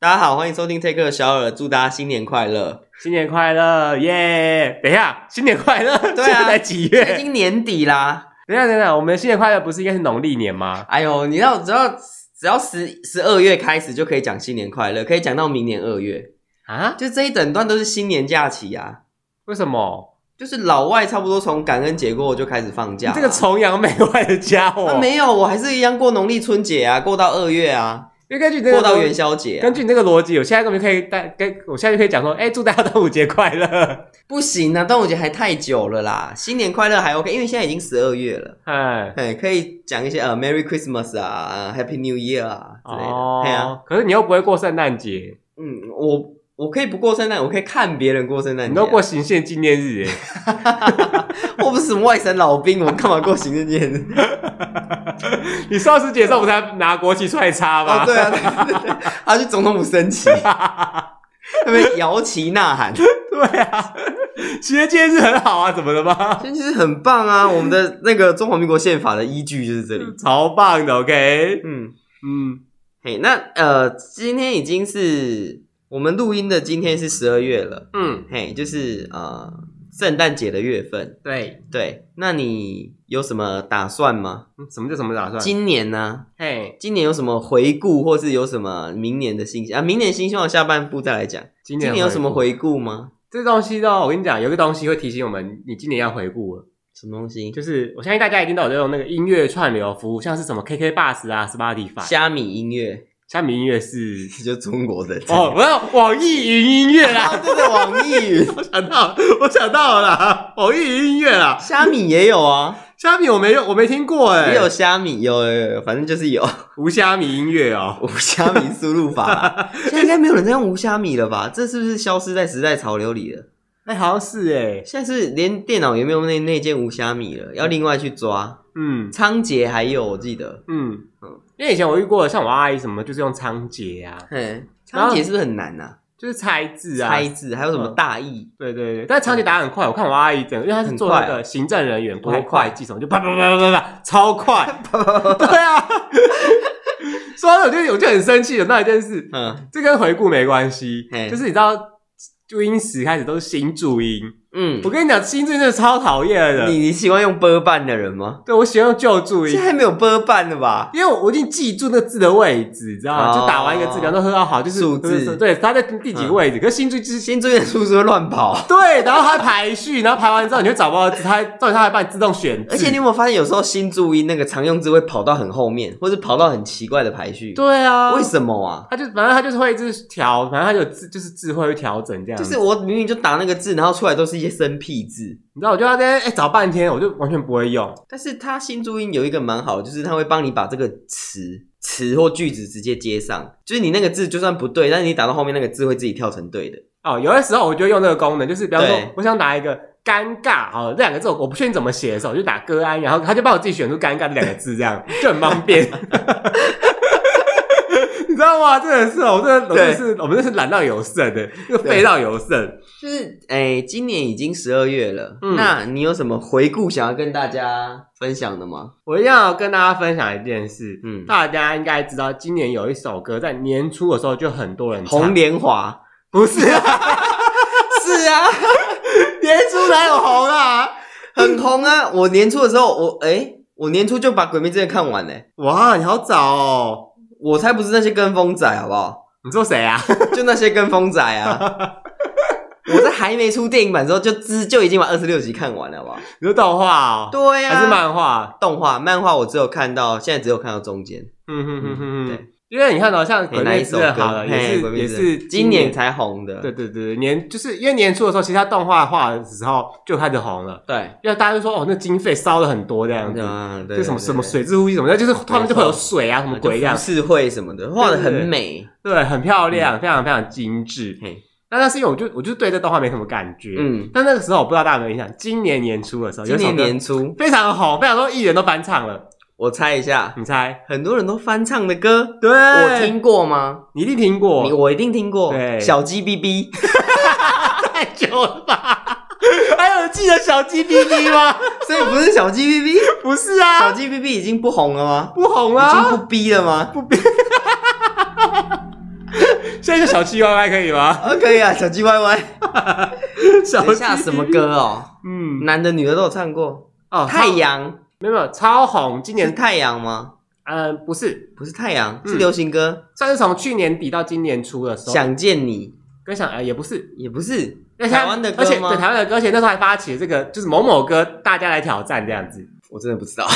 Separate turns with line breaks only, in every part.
大家好，欢迎收听 Take a Shower，祝大家新年快乐！
新年快乐，耶！等一下，新年快乐！
对啊
现在才 几
已
月？
经年底啦，
等一下，等一下，我们新年快乐不是应该是农历年吗？
哎呦，你知道，只要只要十十二月开始就可以讲新年快乐，可以讲到明年二月，
啊？
就这一整段都是新年假期啊。
为什么？
就是老外差不多从感恩节过后就开始放假
你
啦，
这个崇洋媚外的家
啊
伙！
没有，我还是一样过农历春节啊，过到二月啊，
因为根据你这个
过到
逻
元宵节啊、
根据你这个逻辑，我现在根本就可以带跟我现在就可以讲说，哎、祝大家端午节快乐！
不行啊，端午节还太久了啦，新年快乐还 OK，因为现在已经十二月了。
哎，
哎，可以讲一些呃，Merry Christmas 啊呃，Happy New Year 啊之类的。哎呀、
哦，可是你又不会过圣诞节，
嗯，我我可以不过圣诞，我可以看别人过圣诞节啊。
你都过行宪纪念日，哎，
我不是什么外省老兵，我干嘛过行政节日？
你双十节的时候不是还拿国旗出来插吗？
哦，对啊，对对对他去总统府升旗，他们摇旗呐喊，
对啊，情人节日很好啊，怎么了吗？
真的是很棒啊！我们的那个中华民国宪法的依据就是这里。
超棒的，OK，
嗯，
嗯，
嘿，那呃，今天已经是我们录音的，今天是十二月了，
嗯，
嘿，就是呃圣诞节的月份。
对，
对，那你有什么打算吗？
嗯什么叫什么打算？
今年呢、
嘿，
今年有什么回顾，或是有什么明年的新希啊？明年新希望下半部再来讲。
今
今
年
年有什么
顾？
回顾吗？
这东西呢，我跟你讲，有一个东西会提醒我们，你今年要回顾了。
什么东西？
就是我相信大家一定都有在用那个音乐串流服务，像是什么 KK Bus 啊、Spotify、
虾米音乐，
虾米音乐是
就中国人
哦，
哦，
不是网易云音乐啦，
啊，这是网易 云，
我想到我想到了啦，网易云音乐啦，
虾米也有啊，
虾米我没用，我没听过哎、
也有虾米，有有有，反正就是有
无虾米音乐哦、
无虾米输入法啦。 现在应该没有人在用无虾米了吧？这是不是消失在时代潮流里了？
哎、好像是哎、
现在是连电脑也没有那那件无虾米了，要另外去抓。
嗯
仓颉还有，我记得，
嗯
嗯，
因为以前我遇过的，像我阿姨什么，就是用仓颉啊，
嘿，
然
仓
后
颉是不是很难啊呐、
就是猜字
啊？
啊，
猜字还有什么大意？
对对对，但仓颉打得很快，我看我阿姨整个，因为她是做
嗯
那
很快
个行政人员，不
多
是
快
会计什么，就啪啪啪啪啪啪，超快， 对啊。 说到这，我就我就很生气有那一件事，
嗯
这跟回顾没关系
嘿，
就是你知道，注音十开始都是新注音，
嗯
我，跟你讲，新注音真的超讨厌
你
的。
你喜欢用波半的人吗？
对我喜欢用旧注
现
音，
在还没有波半的吧？
因为我已经记住那个字的位置，你知道
哦
吗？就打完一个字，比方说喝到好，就是
数字嗯
对，它在第几个位置？可是新注音就是
新住院宿舍乱 跑，
对，然后它排序，然后排完之后你就找不到字，它还重点它还帮你自动选字。
而且你有没有发现，有时候新注音那个常用字会跑到很后面，或是跑到很奇怪的排序？
对啊，
为什么啊？
他就反正他就是会一直调，反正他有智就是智慧会调整这样
就
子。
是我明明就打那个字，然后出来都是一些生僻字。
你知道，我就要在那边哎、找半天，我就完全不会用。
但是它新注音有一个蛮好的，就是它会帮你把这个词、词或句子直接接上，就是你那个字就算不对，但是你打到后面那个字会自己跳成对的。
哦，有的时候我就用那个功能，就是比方说
对
我想打一个尴尬，哦，这两个字我我不确定怎么写的时候，我就打歌安，然后他就帮我自己选出尴尬这两个字，这样就很方便。 你知道吗？真的是哦，我真的，我真 的是，我们真的是懒到有剩的，那个废到有剩。
就是哎、今年已经十二月了，
嗯
那你有什么回顾想要跟大家分享的吗？
我一定要跟大家分享一件事，
嗯，
大家应该知道，今年有一首歌在年初的时候就很多人唱
红莲 华
不是啊，
是 啊，
年初哪有红啊？
很红啊！我年初的时候，我哎、我年初就把《鬼灭之刃》看完嘞、
哇，你好早哦！
我才不是那些跟风仔，好不好？
你说谁啊？
就那些跟风仔啊！我在还没出电影版的时候就知就已经把二十六集看完了，好不好？
你说动画哦？
对啊呀、
还是漫画？
动画、漫画，我只有看到现在只有看到中间。
嗯哼哼哼
对
哼。因为你看到像《
嘿
鬼
哪
灭
一
之
首
刃
歌？》
好了，也
嘿鬼
是
灭
也
之刃
是
今年。才红的。
对对对，年就是因为年初的时候，其实它动画化的时候就开始红了，
对，
因为大家就说哦，那经费烧了很多这样子，
啊，对，
就什么
对
什么，水之呼吸什么的，就是突然就会有水啊什么
对
鬼这样
就，浮世绘什么的，画的很
对对对
美。
对，很漂亮，非常非常精致。
嗯嘿
但那是因为我就我就对这动画没什么感觉，
嗯，
但那个时候我不知道大家有没有印象，今年年初的时候，
今
有一首
年
歌
年初，
非常红，非常多艺人都翻唱了。
我猜一下，
你猜？
很多人都翻唱的歌，
对，
我，听过吗？
你一定听
你
过，
我一定听过。
对
小鸡哔哔，
太久了吧？ 还有记得小鸡哔 哔吗？
所以不是小鸡哔哔，
不是
小
啊，
鸡哔哔已经不红了吗？
不红
已经
啊，
不逼了吗？
不哔。现在就小气歪歪可以吗？
啊，可以啊，小鸡歪歪。
小
等一下什么？歌哦？
嗯，
男的女的都有唱过。
哦，
太
超
阳
没有没有超红，今
是
年
太阳吗？
呃不是，
不是太阳，
嗯
是流行歌。
算是从去年底到今年初的时候，
想见你
跟想呃也不是，
也不是
那
台湾的
而且
歌
对台
吗？
湾的歌，而且那时候还发起了这个就是某某歌大家来挑战这样子，
我真的不知道。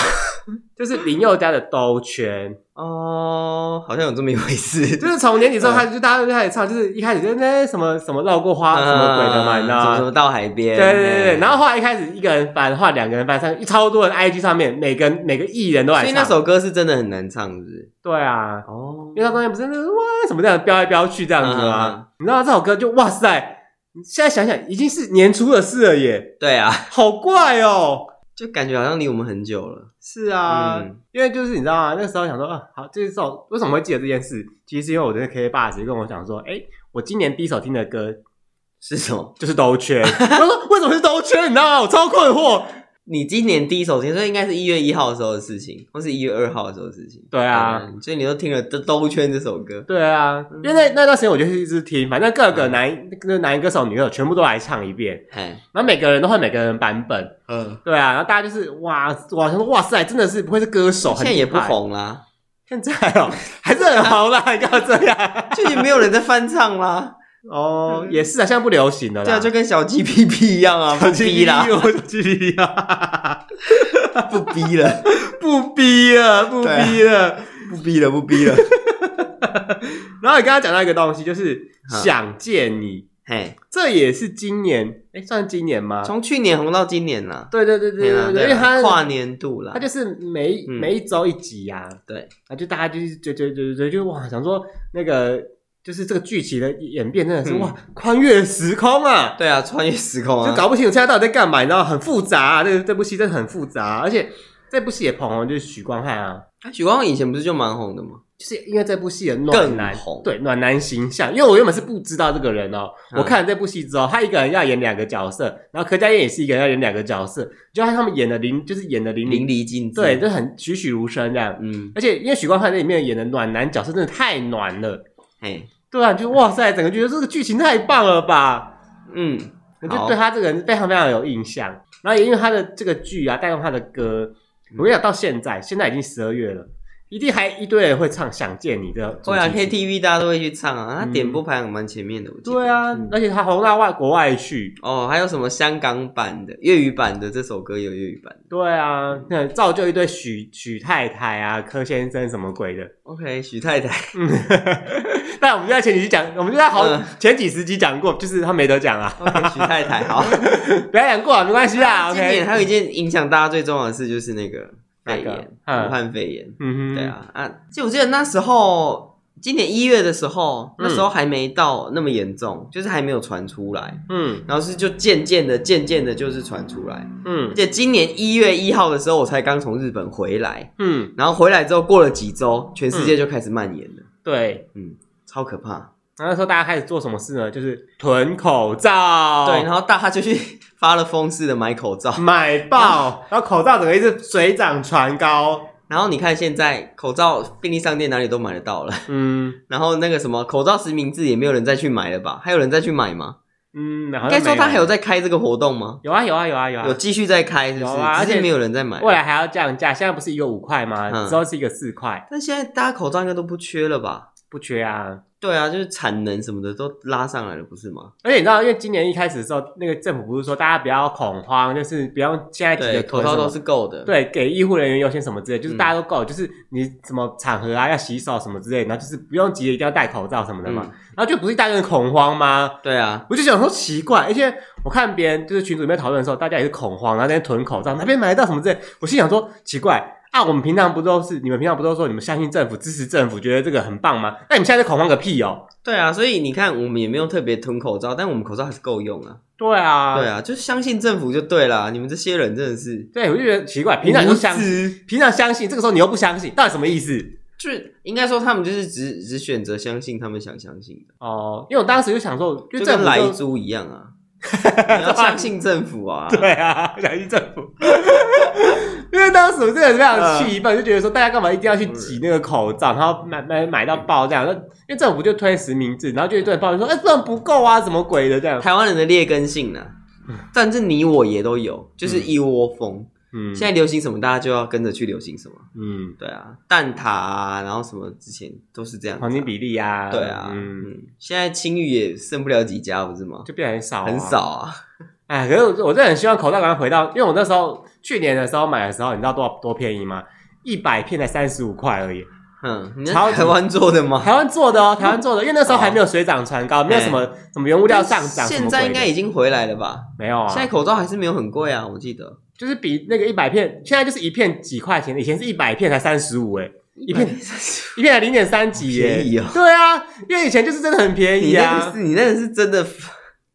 就是林宥嘉的兜圈，
哦，好像有这么一回事。
就是从年底之后
嗯
他就大家就开始唱，就是一开始就那什么什么绕过花啊什么鬼的嘛，你知道
什么什
吗
么？到海边，
对对对对，
嗯
然后后来一开始一个人翻，后来两个人翻，上超多人 IG 上面，每个人每个艺人都来
所以
唱。
那首歌是真的很难唱，是不是？
对啊，
哦
因，为他中间不是那哇什么这样飙来飙去这样子吗？
嗯嗯
你知道这首歌就哇塞，你现在想想已经是年初的事了耶，
对啊，
好怪哦。
就感觉好像离我们很久了。
是啊，
嗯
因为就是你知道吗？那时候想说啊，好，这首为什么会记得这件事？其实是因为我的 K 爸直接跟我讲说，哎、我今年第一首听的歌
是什么？
就是兜圈。 我说为什么是兜圈？你知道吗？我超困惑。
你今年第一首听，所以应该是一月一号的时候的事情，或是一月二号的时候的事情。
对啊，
嗯，所以你都听了《兜兜圈》这首歌。
对啊，因为那那段时间我就是一直听，反正各个男那男歌手、女歌手全部都来唱一遍，
哎，
然后每个人都会每个人版本，
嗯，
对啊，然后大家就是哇哇，想说哇塞，真的是不会是歌手，
现在也不
很厉害，
红啦，
现在哦 还是很红 啦，你干嘛这样？
最近没有人在翻唱 啦。
哦，也是啊，现在不流行了啦，
对啊，就跟小鸡屁屁一样 啊，不逼啦，
我鸡逼啦，
不逼了，
不逼了，不逼了。
不逼了，不逼了。
然后你刚刚讲到一个东西，就是
嗯
想见你，
嘿，
这也是今年，哎，算是今年吗？
从去年红到今年啦。
对对对对
啦
对对，因为
啦
他
啊跨年度啦
他，就是每一、
嗯
每一周一集呀、啊，
对，
啊，就大家就是追追追追追，就哇，想说那个就是这个剧情的演变真的是、
嗯
哇，穿越时空啊，
对啊，穿越时空啊，
就搞不清楚现在到底在干嘛，你知道，很复杂、啊，这这部戏真的很复杂、而且这部戏也捧红就是许光汉啊，
许光汉以前不是就蛮红的吗？
就是因为这部戏的暖
更
男
红
对暖男形象，因为我原本是不知道这个人哦、
嗯
我看了这部戏之后，他一个人要演两个角色，然后柯佳嬿也是一个人要演两个角色，就看他们演的淋，就是演的淋
淋
漓，
漓尽致。
对，就很栩栩如生这样。
嗯，
而且因为许光汉在里面演的暖男角色真的太暖了，
嘿，
对啊，就哇塞，整个觉得这个剧情太棒了吧！
嗯，
我
好
就对他这个人非常非常有印象。然后也因为他的这个剧啊，带动他的歌，我跟你讲，到现在现在已经十二月了，一定还一堆人会唱《想见你》的主
对啊
题曲。
，KTV 大家都会去唱啊，它
嗯
点播排行蛮前面的，我记得。嗯
对啊，而且他红到外国外去，
哦，还有什么香港版的、粤语版的这首歌有粤语版的。
对啊，那造就一堆许许太太啊、柯先生什么鬼的。
OK，许太太，
嗯，但我们就在前几集讲，我们就在好、
嗯
前几十集讲过，就是他没得奖啊。
OK，许 太太，好。
不要讲过啊，没关系啦。
嗯今年
OK，
还有一件影响大家最重要的事就是那个
哪
肺
个
炎，
嗯
武汉肺炎。
嗯哼，
对，啊，啊，就我记得那时候，今年一月的时候，那时候还没到那么严重，就是还没有传出来，
嗯
然后是就渐渐的、渐渐的，就是传出来。而
嗯
且今年一月一号的时候，我才刚从日本回来，
嗯，
然后回来之后过了几周，全世界就开始蔓延了，
对。
超可怕。
然后那时候大家开始做什么事呢？就是囤口罩，
对，然后大家就去 发了疯似的买口罩，
买爆，然后口罩整个一直水涨船高。
然后你看现在口罩便利商店哪里都买得到了，
嗯
然后那个什么口罩实名制也没有人再去买了吧？还有人再去买吗？
嗯，
应
应
该说他还有在开这个活动吗？
有啊有啊有啊有啊
有，继续在开，是不
有
是？
啊
只
而且
是没有人在买。
未来还要降价。现在不是一个五块吗？
哎嗯
之后是一个四块，
但现在大家口罩应该都不缺了吧？
不缺啊。
对啊，就是产能什么的都拉上来了，不是吗？
而且你知道，因为今年一开始的时候，那个政府不是说大家不要恐慌，就是不用现在急
对，
着
口
囤
罩
什么
都是够的。，
对，给医护人员优先什么之类，就是
嗯
大家都够，就是你什么场合啊要洗手什么之类，然后就是不用急着一定要戴口罩什么的嘛，
嗯
然后就不是一大家人恐慌吗？
对啊，
我就想说奇怪，而且我看别人就是群组里面讨论的时候，大家也是恐慌，然后在那边囤口罩，哪边买得到什么之类，我心想说奇怪啊，我们平常不都是你们平常不都说你们相信政府、支持政府，觉得这个很棒吗？哎那你们现在在恐慌个屁哦！
对啊，所以你看，我们也没有特别囤口罩，但我们口罩还是够用啊。
对啊，
对啊，就相信政府就对啦。你们这些人真的是，
对，我就觉得奇怪，平常你就相
无
信，平常相信，这个时候你又不相信，到底什么意思？
就是应该说他们就是只只选择相信他们想相信的，
哦，因为我当时就想说，就
就
政
跟
府
来
就
猪一样啊。你要相信政府啊。
对啊，相信政府。 因为当时我真的是非常气愤，就觉得说大家干嘛一定要去挤那个口罩，然后买买买到爆这样？那因为政府就推实名制，然后就一堆人抱怨说，哎、这样不够啊，什么鬼的这样？
台湾人的劣根性呢、但是你我也都有，就是一窝蜂。
嗯
现在流行什么，大家就要跟着去流行什么。
嗯，
对啊，蛋挞啊，然后什么之前都是这样子啊、
黄金比例啊，
对啊，
嗯，
嗯，现在青玉也剩不了几家，不是吗？
就变得很少、
很。少啊，
哎，可是我我真的很希望口罩赶快回到，因为我那时候去年的时候买的时候，你知道多少多便宜吗？一百片才三十五块而已，
嗯，你是
超级
台湾做的吗？
台湾做的哦，台湾做的，因为那时候还没有水涨船高，没有什么什么原物料上涨，什
哎现
么
在
鬼
应
的
该已经回来了吧？
没有啊。
现在口罩还是没有很贵啊，我记得
就是比那个一百片，现在就是一片几块钱，以前是一百片才三十五哎，一片一片才零点三几耶
便宜哦，
对啊，因为以前就是真的很便
你
宜
那个
啊
是，你那个是真的医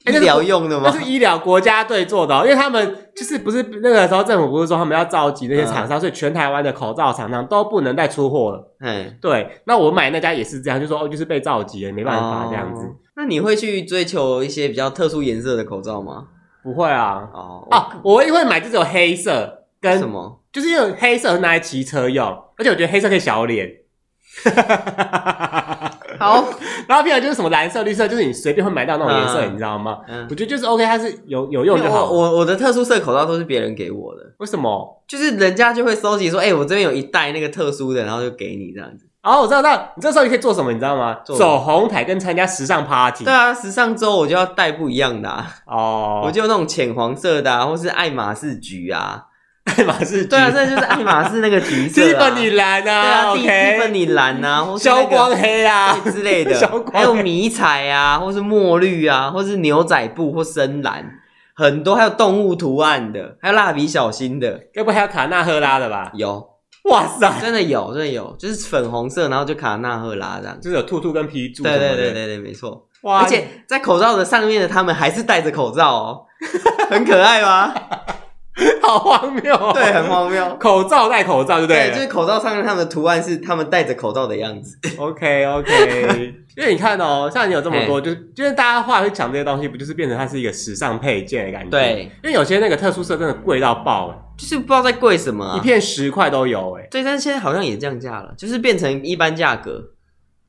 哎那是
疗用的
那
吗？
是医疗国家队做的哦、因为他们就是不是那个时候政府不是说他们要召集那
嗯
些厂商，所以全台湾的口罩厂商都不能再出货了。
哎，
对，那我买那家也是这样，就说哦，就是被召集了，
没
没办法这样子。
那你会去追求一些比较特殊颜色的口罩吗？
不会啊，
哦，
啊，我唯一会买就只有黑色
我
跟
什么？
就是因为黑色拿来骑车用，而且我觉得黑色可以小脸。
好，
然后平常就是什么蓝色、绿色，就是你随便会买到那种颜色，
嗯
你知道吗？
嗯
我，觉得就是 OK，它是有有用就
我
好。
我我的特殊色口罩都是别人给我的，
为什么？
就是人家就会收集说，哎、我这边有一袋那个特殊的，然后就给你这样子。
哦，我知道，那你这时候你可以做什么，你知道吗？
做什么
走红毯跟参加时尚 party
对。啊，时尚周我就要带不一样的、啊，
哦，
我就有那种浅黄色的啊，或是爱马仕橘啊。
爱 马仕橘
对啊，这就是爱马仕那个橘色、啊。
蒂 芬尼蓝
对啊，
啊
蒂蒂芬
，OK，
尼蓝啊，或是那
消
个
光黑啊，
对之类
消
的
光，黑
还有迷彩啊，或是墨绿啊，或是牛仔布或深蓝，很多还有动物图案的，还有蜡笔小新的，
该不会还有卡纳赫拉的吧？
有
哇塞，
真的有真的有，就是粉红色，然后就卡纳赫拉这样。
就是有兔兔跟皮猪什
对
么
对
的。
对对对，没错。
哇，
而且在口罩的上面的他们还是戴着口罩哦， 很可爱 吧？
好荒谬哦。
对，很荒谬。
口罩戴口罩，对不对
对，
了？
就是口罩上面他们的图案是他们戴着口罩的样子。
OK OK，因 为你看哦，像你有这么多，就是就是大家话会讲这些东西，不就是变成它是一个时尚配件的感觉？
对，啊
因为有些那个特殊色真的贵到爆、哎
就是不知道在贵什么、啊。
一片十块都有、哎，
对，但是现在好像也降价了，就是变成一般价格，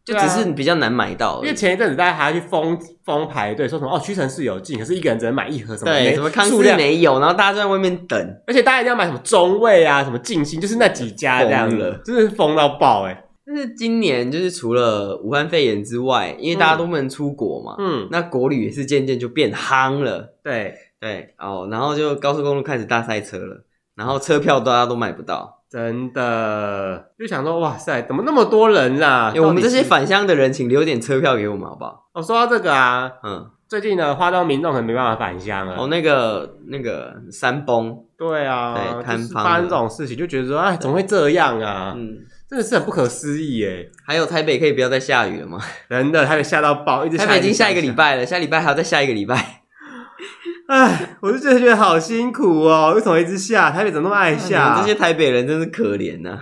就
对
只
啊
是比较难买到而
因
已。
为前一阵子大家还要去封封排队，说什么哦屈臣氏有进，可是一个人只能买一盒什么
对，
没
什么康
数
斯
量，
没有，然后大家就在外面等。
而且大家一定要买什么中卫啊，什么静心，就是那几家这样
疯了
子，真的是疯到爆、哎，
但是今年就是除了武汉肺炎之外，因为大家都不能出国嘛，
嗯，
那国旅也是渐渐就变夯了。
对，
对，哦，然后就高速公路开始大塞车了，然后车票大家都买不到。
真的就想说哇塞，怎么那么多人啦、
哎我们
到
这
底
些
是
返乡的人，请留点车票给我们好不好？
哦，说到这个啊，
嗯，
最近呢，花东民众可能没办法返乡了。
哦，那个那个山崩，
对啊，
对
就是
摊贩
发生这种事情，就觉得说，哎，怎么会这样啊？
嗯，
真的是很不可思议耶！
还有台北可以不要再下雨了吗？
真的，台北下到爆，一直
台
下。
北已经下一个礼
拜。
拜了，下礼拜还要再下一个礼拜，
哎，我就真的觉得好辛苦哦，为什么一直下？台北怎么那么爱 下、
你们这些台北人真是可怜呐、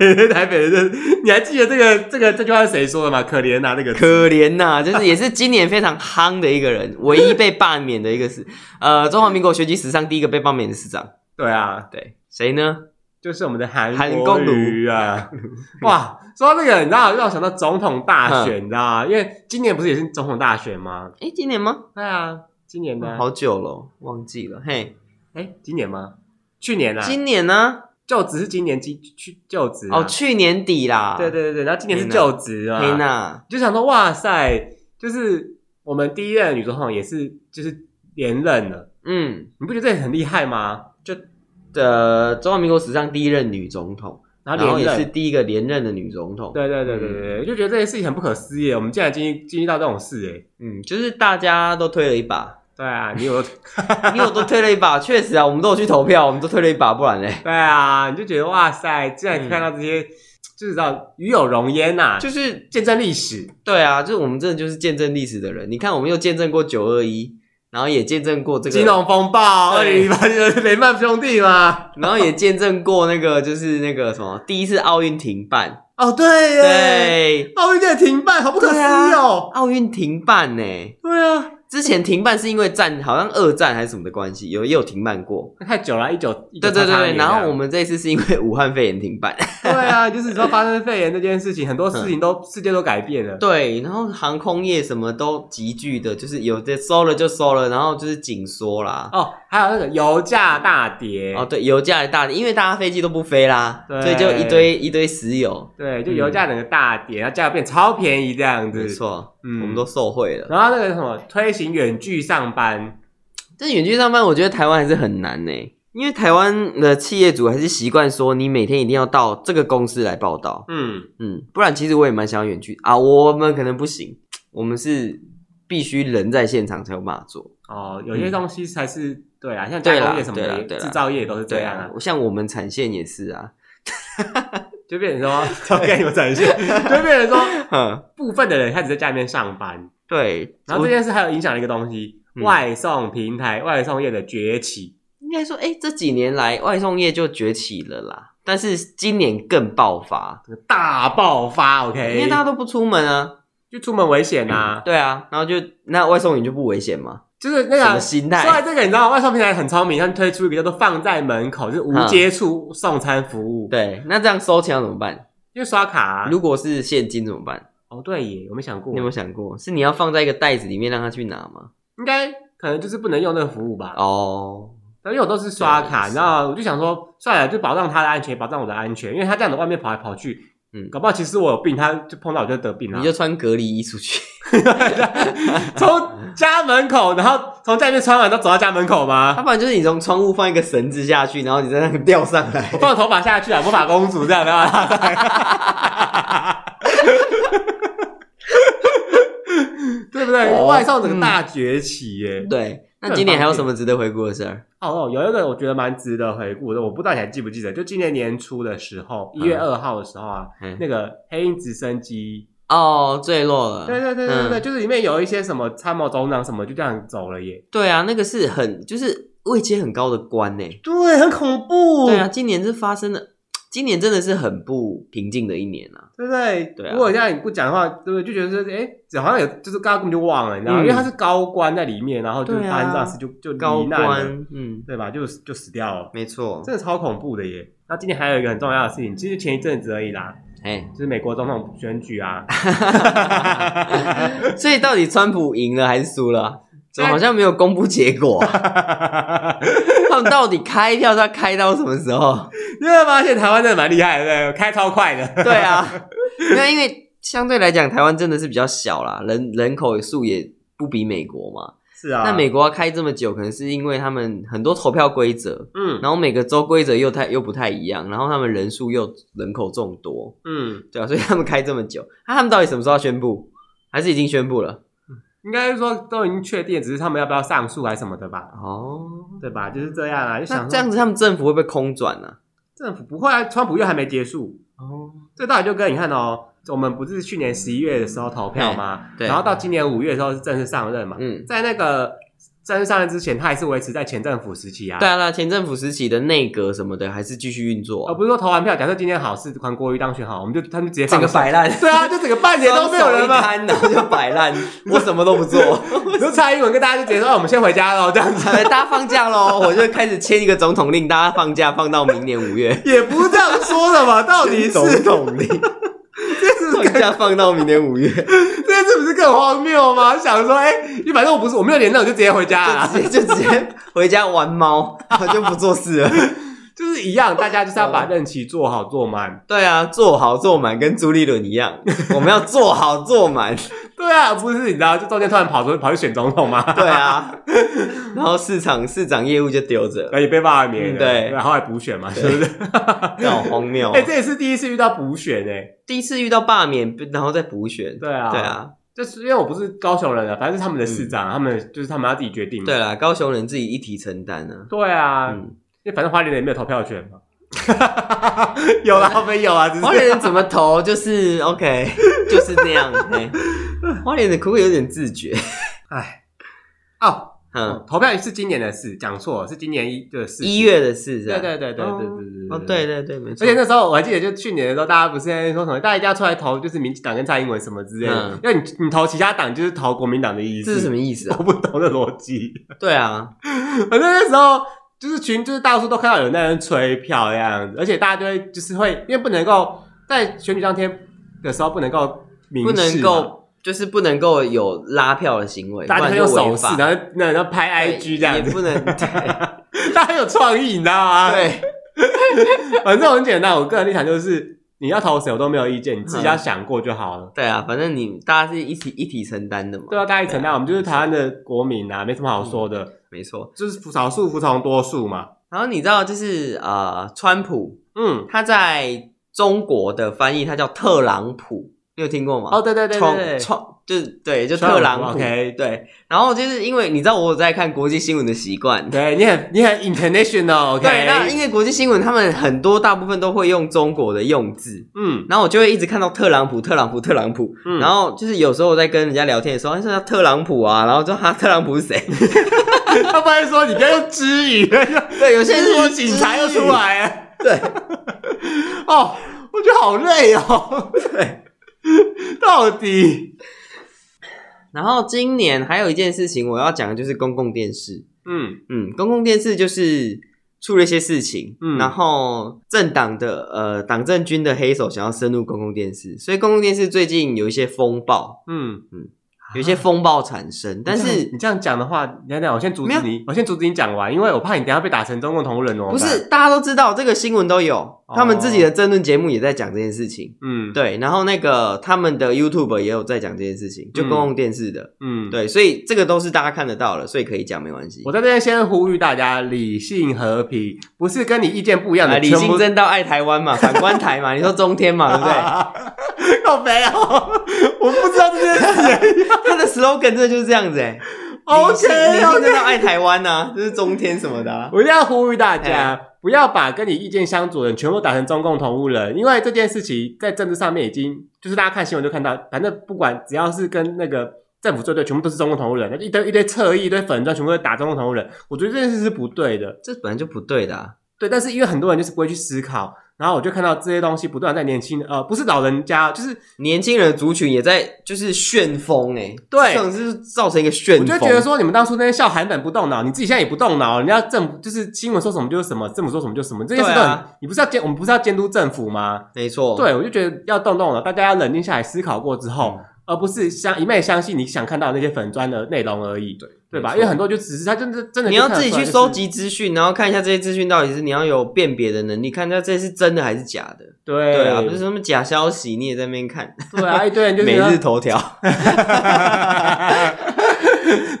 些 台北人真的，你还记得这个这个这句话是谁说的吗？可怜啊，这个
可怜呐、就是也是今年非常夯的一个 人，唯一被罢免的一个是，呃，中华民国学籍史上第一个被罢免的市长，
对啊，
对，谁呢？
就是我们的韩
韩
国
公
瑜啊。哇，说到这个，你知道让我想到总统大
嗯
选，你知道吗？因为今年不是也是总统大选吗？
哎，今年吗？
对啊，今年呢？
好久了，忘记了。嘿，
哎，今年吗？去年啦，啊
今年呢？
就职是今年今去就职啊
哦，去啊年底啦。
对，对对对，然后今年是
天哪
就职
黑
啊，
娜，
就想说哇塞，就是我们第一任女总统也是就是连任了，
嗯，
你不觉得这很厉害吗？就
呃，中华民国史上第一任女总统，
然
然
后
后
连
也是嗯
任，
第一个连任的女总统。
对对对对对对，就觉得这件事情很不可思议，我们竟然经历经历到这种事哎。
嗯，就是大家都推了一把，
对啊，你 有
因为我都推了一把，确实啊，我们都有去投票，我们都推了一把，不然嘞，
对啊，你就觉得哇塞，竟然看到这
嗯
些，就是知道与有荣焉呐，就是见证历史。
对啊，就是我们真的就是见证历史的人。你看，我们又见证过九二一，然后也见证过这
金
个，
融风暴，二零
对
零八年雷曼兄弟嘛。
然后也见证过那个就是那个什么第一次奥运停办，
哦，对耶，
对，
奥运也停办，好不可思议哦。
奥运停办呢、
对啊，
之前停办是因为战好像二战还是什么的关系，有也有停办过。
太久了，一九一九
对对对对，然后我
们
们这一次是因为武汉肺炎停办，
对啊，就是你知道发生肺炎这件事情，很多事情都世界都改变了。
对，然后航空业什么都急剧的，就是有的收了就收了，然后就是紧缩啦。
哦，还有那个油价大跌，
哦，对，油价也大，因为大家飞机都不飞啦，
对
所以就一堆一堆石油，
对，就油价整个大跌，然后价格变超便宜这样子。
没错，
嗯
我们都受惠了。
然后那个什么推行远距上班，
但远距上班，我觉得台湾还是很难呢、因为台湾的企业主还是习惯说，你每天一定要到这个公司来报道，
嗯，
嗯，不然其实我也蛮想要远距啊，我们可能不行，我们是必须人在现场才有办法做。
哦，有些东西才是、对啊，像
对
加
啦
工业什么
对啦
的，
对啦
制造业都是这样啊，，
像我们产线也是啊，
就变成说， 我跟你们展现，就变成说，
哼，
部分的人开始在家里面上班，
对，
然后
我
这件事还有影响了一个东西，
嗯
外送平台、外送业的崛起。
应该说，哎、这几年来外送业就崛起了啦，但是今年更爆发，
这个大爆发，OK，
因为大家都不出门啊，
就出门危险哎啊，
对啊，然后就那外送员就不危险吗？
就是那
什么
个。
心
啊说到
态？
这个，你知道外送平台很聪明，他们推出一个叫做“放在门口”，就是无
嗯
接触送餐服务，，
对，那这样收钱要怎么办？
就刷卡啊、
如果是现金怎么办？
哦，对耶，我没想过
你有，没有想过，是你要放在一个袋子里面让他去拿吗？
应该可能就是不能用那个服务吧，
哦，
因为我都是刷卡，
对
你知道，我就想说，算了，就保障他的安全，保障我的安全，因为他这样子外面跑来跑去，
嗯
搞不好其实我有病，他就碰到我就得病了、
你就穿隔离衣出去，
从家门口，然后从家里面穿完，都走到家门口
要
吗？
啊不然就是你从窗户放一个绳子下去，然后你再那个吊上来
我。放头发下去啊，魔法公主这样的啊。 对不对？
哦
外送整个大崛起耶！
对，那今年还有什么值得回顾的事儿？
哦，有一个我觉得蛮值得回顾的，我不知道你还记不记得，就今年年初的时候，一月
嗯
二号的时候啊，
嗯
那个黑鹰直升机，
哦，坠落了。
对对对对对，
嗯
就是里面有一些什么参谋总长什么就这样走了耶。
对啊，那个是很就是位阶很高的官呢、
对，很恐怖
对啊，，今年是发生了，今年真的是很不平静的一年啊。
对不对？
对啊
如果现在你不讲的话，对不对？就觉得说，哎，好像有，就是刚刚根本就忘了，你知道吗？
嗯
因为他是高官在里面，然后就是
对啊
发生这样的事就就
高
罹难了，
官，嗯，
对吧？就就死掉了，
没错。
真的超恐怖的耶。那今天还有一个很重要的事情，其实前一阵子而已啦，
哎，
就是美国总统选举啊，
所以到底川普赢了还是输了啊？怎么好像没有公布结果 啊、他们到底开票是要开到什么时候？
因为发现台湾真的蛮厉害的，对不对开超快的，
对啊，因为因为相对来讲，台湾真的是比较小啦，人人口数也不比美国嘛。
是啊。
那美国要开这么久，可能是因为他们很多投票规则，
嗯
然后每个州规则又太又不太一样，然后他们人数又人口众多，
嗯，
对啊，所以他们开这么久，啊那、他们到底什么时候要宣布？还是已经宣布了？
应该是说都已经确定，只是他们要不要上诉还是什么的吧，
哦，
对吧？就是这样啊，就
那
想
这样
说
子他们政府会不会空转啊呢、
政府不会啊，川普又还没结束。
哦，
这到底就跟你看哦，我们不是去年十一月的时候投票吗？
哎对对
然后到今年五月的时候是正式上任嘛。
嗯，
在那个正式上任之前，他还是维持在前政府时期啊。
对，啊，那前政府时期的内阁什么的还是继续运作、
而
啊，
不是说投完票，假设今天好是韩国瑜当选好，我们就他们就直接
整
放
个
手
摆烂，
对啊，就整个半年都没有人
嘛，
嘛。
摊然后就摆 烂，我什么都不做，
就蔡英文跟大家就直接说，哦，我们先回家喽，这 样子。
大家放假喽， 我就开始签一个总统令，大家放假放到明年五月。
也不是这样说的 嘛，到底是
统令，
这 是不
放
是
假放到明年五月，
这是不是更荒谬吗？想说，哎、你反正我不是我没有连任，我就直接回家 啊。
就直接就直接回家玩 猫，然后就不做事了。
就是一样，大家就是要把任期做好做满。
对啊，做好做满跟朱立伦一样，我们要做好做满。
对啊，不是你知道，就中间突然跑出跑去选总统嘛，
对啊，然后市场市长业务就丢着，
那也被罢免
嗯
了，
对
然后还补选嘛，是不是？
这好荒谬、
哎，
哦。
这也是第一次遇到补选哎，
第一次遇到罢免，然后再补选。
对啊，
对，啊，嗯
就是因为我不是高雄人啊，反正是他们的市长，他们就是他们要自己决定嘛。
对啦，高雄人自己一体承担啊。
对啊，
嗯。
因为反正花莲人也没有投票权嘛。 有啦，没有啊，只
花
是
莲人怎么投就是 OK，就是那样。嘿花莲人可不可以有点自觉？
哎哦，
嗯，
投票是今年的事，讲错了是今年一的事。
一，月的事是吧，
对对对对对对对
哦，对。对对，没
而
错，
且那时候我还记得，就去年的时候，大家不是在说什么，大家一定要出来投，就是民进党跟蔡英文什么之类的
嗯。
因为你你投其他党，就是投国民党的意思。
这是什么意思啊？
我不懂的逻辑。
对啊，
反正那时候就是群，就是到处都看到有那人吹票这样子，而且大家就会就是会，因为不能够在选举当天的时候不能够明
不能
示嘛
够就是不能够有拉票的行为，
大家
不
就
然
会用
就
手
违
势
法，
然后那然后拍
对
IG 这样
也
子，
不能 对
大家很有创意，你知道吗？，
对
反正很简单，我个人立场就是。你要投谁，我都没有意见，你自
嗯
己要想过就好了。
对啊，反正你大家是一起一体承担的嘛，
对啊，大家一承
对
担，
啊嗯
我们就是台湾的国民啊，没什么好说的，
没错。
就是少数服从多数嘛。
然后你知道就是呃，川普
嗯，
他在中国的翻译他叫特朗普，你有听过吗？
哦，对对对对对，
创就是对，就
川普
特朗普。
OK
对，然后就是因为你知道我有在看国际新闻的习惯，
对你很你很 international，OK？、
对，那因为国际新闻他们很多大部分都会用中国的用字，
嗯
然后我就会一直看到特朗普、特朗普、特朗普，
嗯，
然后就是有时候我在跟人家聊天的时候，哎说他特朗普啊，然后就他特朗普是谁？
他 不然说你不要用之语，
对，有 些
现
人
在
说
我警察又出，来了，
对
哦，我觉得好累哦，
对。
到底，
然后今年还有一件事情我要讲的就是公共电视，
嗯
嗯，公共电视就是出了一些事情，
嗯
然后政党的呃党政军的黑手想要深入公共电视，所以公共电视最近有一些风暴，
嗯，
有一些风暴产生，但
你这样
是。
你这样讲的话，等一下等一下，我先阻
没
止
有
你，我先阻止你讲完，因为我怕你等一下被打成中共同路人哦。
不是，大家都知道这个新闻都有，他们自己的争论节目也在讲这件事情。
哦嗯，，
对，然后那个他们的 YouTube 也有在讲这件事情，就
嗯
公共电视的。
嗯，。
对，所以这个都是大家看得到了，所以可以讲没关系
我。在这边先呼吁大家理性和平，不是跟你意见不一样
啊，
的
理
全
性
部
正道爱台湾 嘛，反观台嘛，你说中天嘛，对不对？
对？ 告白哦，我不知道这 件事。
他的 slogan 真的就是这样子哎、理性
OK
理性真
OK，
的爱台湾呐、就是中天什么的、啊。
我一定要呼吁大
哎
家，不要把跟你意见相左的人全部打成中共同路人，因为这件事情在政治上面已经，就是大家看新闻就看到，反正不管只要是跟那个政府作对，全部都是中共同路人，一堆一堆侧翼、一堆粉砖，全部都打中共同路人。我觉得这件事是不对的，
这本来就不对的、啊，
对。但是因为很多人就是不会去思考，然后我就看到这些东西不断在年轻，呃，不是老人家，就是
年轻人的族群也在就是旋风哎、
对
这种是造成一个旋
我
风。
就觉得说，你们当初那些笑韩粉不动脑，你自己现在也不动脑，人家政府就是新闻说什么就是什么，政府说什么就是什么，这件事都很，
对啊
你不是要监，我们不是要监督政府吗？
没错，，
对，我就觉得要动动了，大家要冷静下来思考过之后，
嗯
而不是相一昧相信你想看到的那些粉砖的内容而已，对对吧？
没错
因为很多就只是他真的真的
你
就
要
看得
自己
出来
去
就是
收，集资讯，然后看一下这些资讯到底是你要有辨别的能力，看一下这是真的还是假的。
对
对啊，不是什么假消息，你也在那边看，
对啊，一堆 人就
每
是
日头条， 就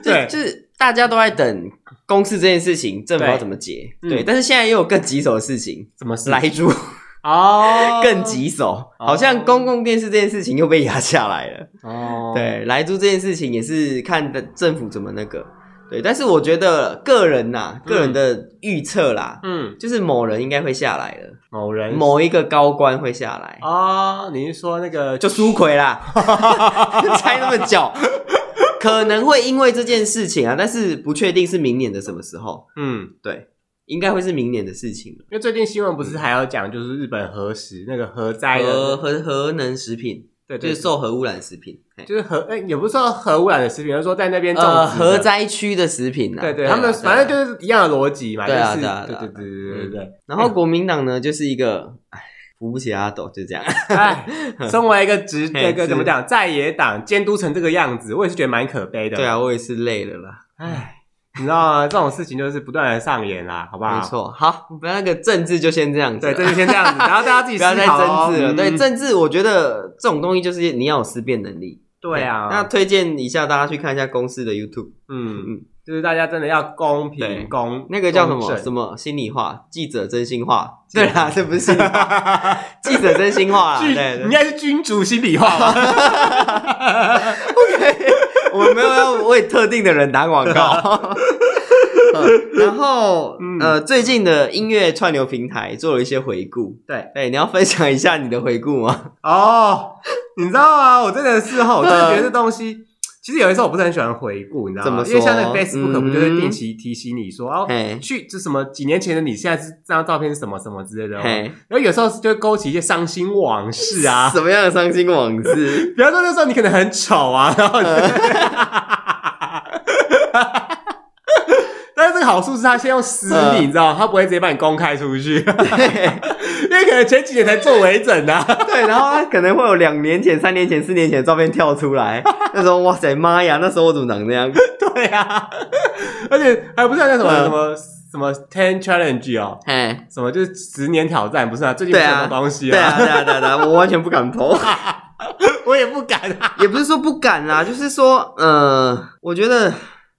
对
就是大家都在等公示这件事情，政府要怎么解？
嗯
对，但是现在又有更棘手的事情，
怎么是
来猪。
哦
更棘手，好像公共电视这件事情又被压下来了。
哦，
对，莱猪这件事情也是看的政府怎么那个。对，但是我觉得个人呐、
嗯
个人的预测啦，
嗯，
就是某人应该会下来了，
某人
某一个高官会下来，
哦，你是说那个
就苏奎啦， 猜那么久，可能会因为这件事情啊，但是不确定是明年的什么时候。
嗯。
对，应该会是明年的事情了。
因为最近新闻不是还有讲，就是日本核食那个核灾
核
的，
核核能食品
对
就
对，
是受核污染食品，嘿
就是核，哎，也不是说核污染的食品，而是说在那边种植
呃
的
核灾区的食品啊，
对对，
啊
他们反正
对啊
就是一样的逻辑嘛，
对啊
就是
对啊
对对
对啊
对对对对。
然后国民党呢，就是一个唉扶不起阿斗，就这样。
哎，身为一个 执那
嘿
个
是
怎么讲，在野党监督成这个样子，我也是觉得蛮可悲 的。
对啊，，我也是累了啦，
哎，你知道吗？这种事情就是不断的上演啦，好不好？
没，错。好，不要那个政治就先这样子
对，
啦，
这就先这样子，然后大家自己
不要
思
再
考哦
争执了。
嗯
对政治，我觉得这种东西就是你要有思辨能力。
对啊，
那推荐一下大家去看一下公司的 YouTube，
嗯
嗯，
就是大家真的要公
对
平公，
那个叫什
公
么
正
什么心里话，记者真心话。对啦，这不是 心里
啊
话，记者真心话啦。对
君
对，对
应该是君主心里话 吧？
我们没有要为特定的人打广 告。嗯然后
嗯，
呃，最近的音乐串流平台做了一些回顾。
对，
对，你要分享一下你的回顾吗？
嗯哦，你知道吗？我真的是哈，我真的觉得这东西。其实有的时候我不是很喜欢回顾，你知道
怎
吗
么？
因为像那
说
Facebook
嗯
不就会定期提醒你说，哦，
嘿，
去这什么几年前的你，现在是这张照片是什么什么之类的哦。
嘿，
然后有时候就会勾起一些伤心往事啊，
什么样的伤心往事？
比方说那时候你可能很丑 啊，然后你
呃
但是这个好处是他先用私密，
嗯
你知道吗，他不会直接把你公开出去，
对
因为可能前几年才做微整的、啊，
对，然后他可能会有两年前、三年前、四年前的照片跳出来， 那时候哇塞妈呀，那时候我怎么长那样？
对啊，而且还不是那什么、
嗯
什么什么 ten challenge 哦，
嘿，
什么就是十年挑战，不是啊？最近不是
对
有
啊
什么东西
对啊，对啊，对啊，对啊，我完全不敢 po。
我也不敢 啊，
也不是说不敢啦，就是说，呃，我觉得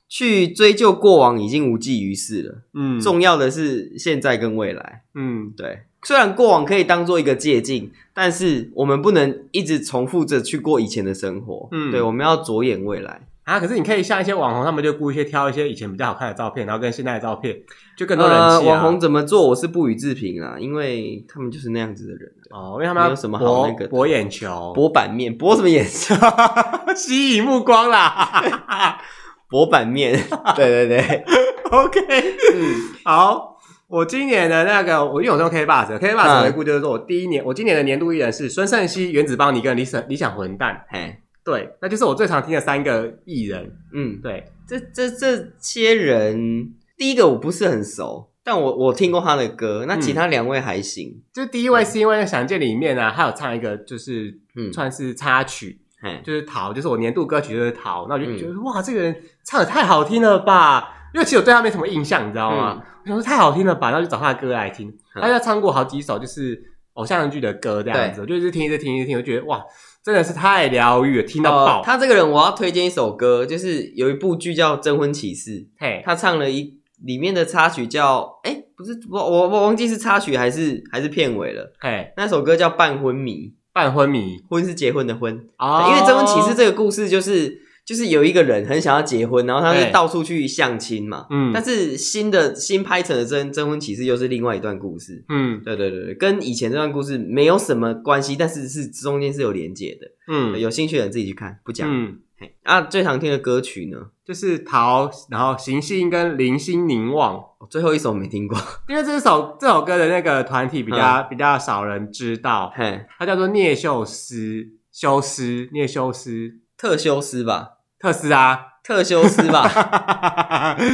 去追究过往已经无济于事了。
嗯
重要的是现在跟未来。
嗯
对，虽然过往可以当做一个借鉴，但是我们不能一直重复着去过以前的生活。
嗯
对，我们要着眼未来。
啊，可是你可以像一些网红，他们就故意去挑一些以前比较好看的照片，然后跟现在的照片就更多人
呃，
气啊。
网红怎么做，我是不予置评啊，因为他们就是那样子的人，
哦，因为他们
没有什么好那个的
博眼球，
博版面，博什么眼色？
吸引目光啦。
博版面。 对对对，
OK，
嗯，
好，我今年的那个，我因为我用 K Bus，K
嗯
Bus 回顾就是说我第一年，我今年的年度艺人是孙盛熙、原子邦尼跟理想理想混蛋，
嘿，
对，那就是我最常听的三个艺人，
嗯，
对，
这这这些人，第一个我不是很熟，但我我听过他的歌，那其
嗯
他两位还行。
就第一位是因为《想见》里面呢，啊他有唱一个就是
嗯，
算是插曲，
嘿，
就是逃，就是我年度歌曲就是逃，那我就
嗯
觉得、哇，这个人唱的太好听了吧！因为其实我对他没什么印象，你知道吗？我想说太好听了吧，然后就找他的歌来听。
嗯
他就唱过好几首就是偶像剧的歌这样子，我就一直听一直听一直听，我就觉得哇，真的是太疗愈了，听到爆。
呃，他这个人我要推荐一首歌，就是有一部剧叫《征婚启事》，
嘿，
他唱了一里面的插曲叫，哎、不是我我我忘记是插曲还是还是片尾了。
嘿，
那首歌叫《半昏迷》，
半昏迷
婚是结婚的婚，
啊
对因为《征婚启事》这个故事就是就是有一个人很想要结婚，然后他
对
是到处去相亲嘛。
嗯，
但是新的新拍成的征征婚启事又是另外一段故事，
嗯
对对对，对，跟以前这段故事没有什么关系，但是是中间是有连接的。
嗯
有兴趣的人自己去看，不讲。
嗯，
嘿啊，最常听的歌曲呢，
就是逃，然后行信跟零星凝望。
我最后一首没听过。
因为这首这首歌的那个团体比较、
嗯
比较少人知道，
嘿，
他叫做聂秀斯，修斯，聂修斯，
特修斯吧，
特斯拉，
特修斯吧，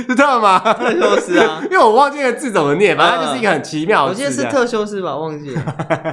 是特吗？
特修斯啊
因。为我忘记那个字怎么念，反
嗯
正就是一个很奇妙
我
的
记
字。啊
得是，特修斯吧，忘 记了，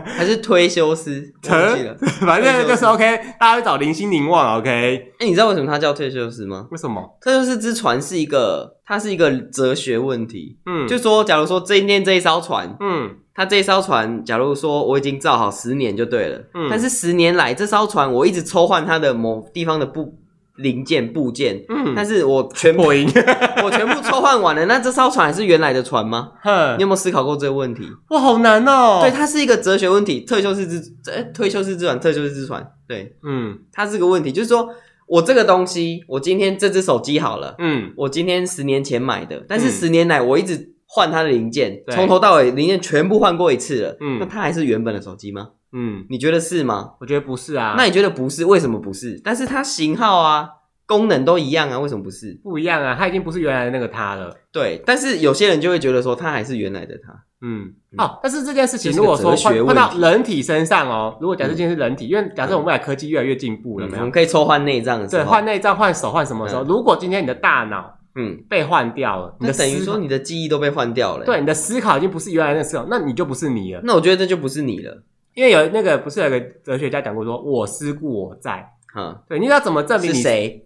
还是推修斯，忘记了。
反正就是
特修斯
OK，大家去找零星凝望 OK。
哎、你知道为什么他叫退修斯吗？
为什么？
特修斯之船是一个，它是一个哲学问题。
嗯，
就说，假如说今天这一艘船，
嗯
他这一艘船，假如说我已经造好十年就对了，
嗯
但是十年来这艘船我一直抽换它的某地方的部零件部件，
嗯，
但是我全部
破音。
我全部抽换完了，那这艘船还是原来的船吗？
哼
你有没有思考过这个问题？
哇，好难嗯哦。
对，，它是一个哲学问题。退休式之，呃，退休式之船，退休式之船，对，
嗯
它是个问题，就是说我这个东西，我今天这只手机好了，
嗯
我今天十年前买的，但是
嗯
十年来我一直换它的零件，
对
从、头到尾零件全部换过一次了。
嗯
那它还是原本的手机吗？
嗯，
你觉得是吗？
我觉得不是啊，
那你觉得不是？为什么不是？但是它型号啊、功能都一样啊，为什么不是？
不一样啊，他已经不是原来的那个他了。
对，但是有些人就会觉得说它还是原来的它。
嗯，
嗯
哦，但是这件事情
这是
如
个
果说
哲学
换换
问
到
题
人体身上哦，如果假设今天是人体，因为假设我们未来科技越来越进步了，
嗯
没
我
有
们？可以抽换内脏的时
对，
候，
换内脏、换手、换什么的时候，
嗯
如果今天你的大脑
嗯，
被换掉了，你
那
的
等于
思考
说你的记忆都被换掉了、欸
对，你的思考已经不是原来的思考，那你就不是你了。
那我觉得这就不是你了。
因为有那个不是有个哲学家讲过说“我思故我在
哈”，，
对，你要怎么证明
是
你？
谁？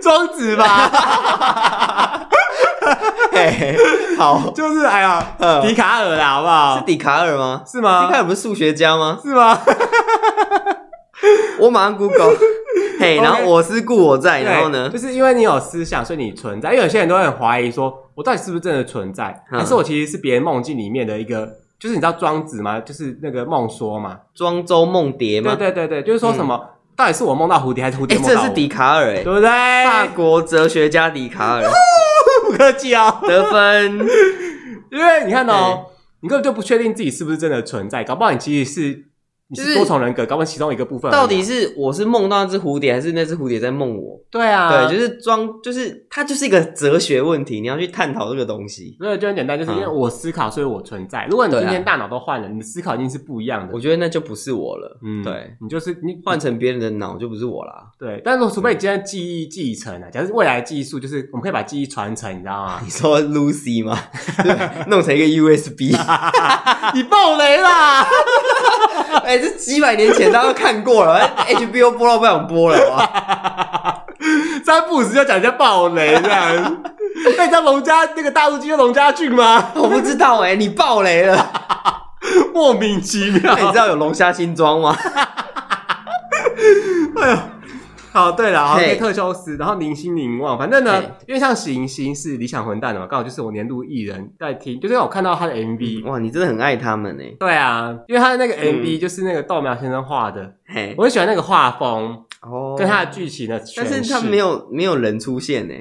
庄 子吧，
嘿好，
就是哎呀，
呃
笛卡尔啦，好 不
是
好？
笛卡尔吗？
是吗
笛？卡尔不是数学家吗？
是吗？
我马上 Google。嘿，然
OK
后我是故我在，
对
哎然后呢
就？是因为你有思想，所以你存在。因为有些人都会很怀疑说，我到底是不是真的存在，
嗯
还是我其实是别人梦境里面的一个？就是你知道庄子吗？就是那个梦说嘛。
庄周梦蝶
对
吗？嗯
对对对，就是说什么，到底是我梦到蝴蝶，还是蝴
哎、
蝶梦
这
到我？
是笛卡尔哎、
对不对？
法国哲学家笛卡 尔
不客气哦。
得分。
因为你看哦，你根本就不确定自己是不是真的存在，搞不好你其实是你
就是
是多重人格，搞不好其中一个部分而已啊。
到底是我是梦到那只蝴蝶，还是那只蝴蝶在梦我？
对啊，
对，
是
就是装，就是它就是一个哲学问题，你要去探讨这个东西。
所以就很简单，就是因为
嗯
我思考，所以我存在。如果你
对啊
今天大脑都换了，你的思考一定是不一样的
我。觉得那就不是我了，
嗯，
啊对，
你就是你
换成别人的脑就不是我啦。
对，但是除非你今天记忆继承啊，假如是未来技术，就是我们可以把记忆传承，你知 道吗？
你说 Lucy 吗？ 弄成一个 USB，
你爆雷啦！
哎、这几百年前大家都看过了哎，HBO 播到不想播了好不好
三不五时就讲人家爆雷这样。哎那你知道龙家那个大陆剧叫龙家俊吗？
我不知道哎、你爆雷了。
莫名其妙
那。 哎你知道有龙虾新装吗？
好，对了，好，
嘿
黑特修斯，然后林心凝望，反正呢
嘿，
因为像行星是理想混蛋的嘛，刚好就是我年度艺人在听，就是我看到他的 MV。
哇，你真的很爱他们哎、
对啊，因为他的那个 MV
嗯
就是那个豆苗先生画的，
嘿，
我很喜欢那个画风
哦
跟他的剧情的
但
诠
是
释。
他没有没有人出现呢、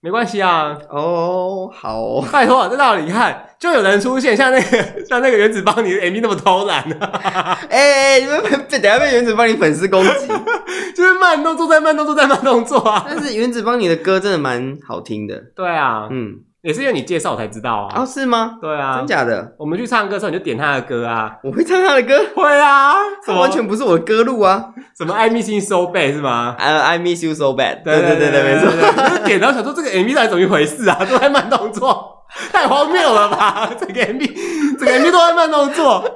没关系啊，
哦，好哦，
拜托，这道理你看，就有人出现，像那个像那个原子邦尼的 MV 那么偷懒啊的、
哎、你们被被等下被原子帮你粉丝攻 击。
就是慢动作再慢动作再慢动作啊。
但是原子帮你的歌真的蛮好听的，
对啊，
嗯，
也是因为你介绍我才知道啊。
哦，是吗？
对啊
真，假的？
我们去唱歌的时候你就点他的歌啊。
我会唱他的歌，
会啊，什
他
么
完全不是我的歌路 啊。
什么爱密信收背是吗？
呃 I miss you so bad，对对对对，没错。
错。就是点到想说这个 MV 到底怎么一回事啊？都在慢 动作，太荒谬了吧？整个 MV 整个 MV 都在慢动作。
哦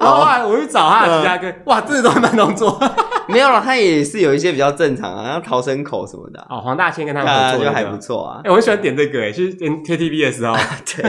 然后后来我去找他的其他歌，
嗯
哇，真的都在慢 动作。
没有了，他也是有一些比较正常啊，像逃生口什么的啊，
哦，黄大千跟他们合
那
作
就
的
还
歌
不错啊
哎、。我很喜欢点这个哎，去 KTV 的 时候，
对。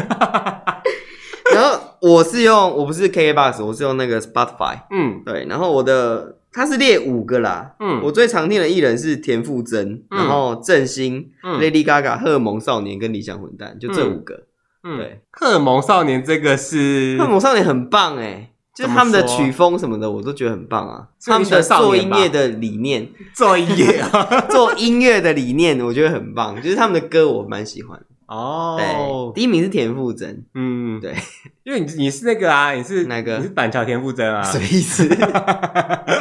然后我是用，我不是 KKBox，我是用那个 Spotify。
嗯
对，然后我的它是列五个啦。
嗯，
我最常听的艺人是田馥甄，
嗯
然后郑兴、
嗯
Lady Gaga、荷尔蒙少年跟理想混蛋，就这五个。
嗯
对，
荷尔蒙少年这个是
荷尔蒙少年很棒哎，就是他们的
怎么说
曲风什么的，我都觉得很棒啊。
所以
他们
你喜欢
的
少
做
年
音
吧
乐的理念，
作业
做音乐的理念，我觉得很棒。就是他们的歌我蛮喜欢。对，
哦，
第一名是田馥甄，
嗯，
对，
因为你你是那个啊，你是
哪个
你是板桥田馥甄啊
什，么意 思？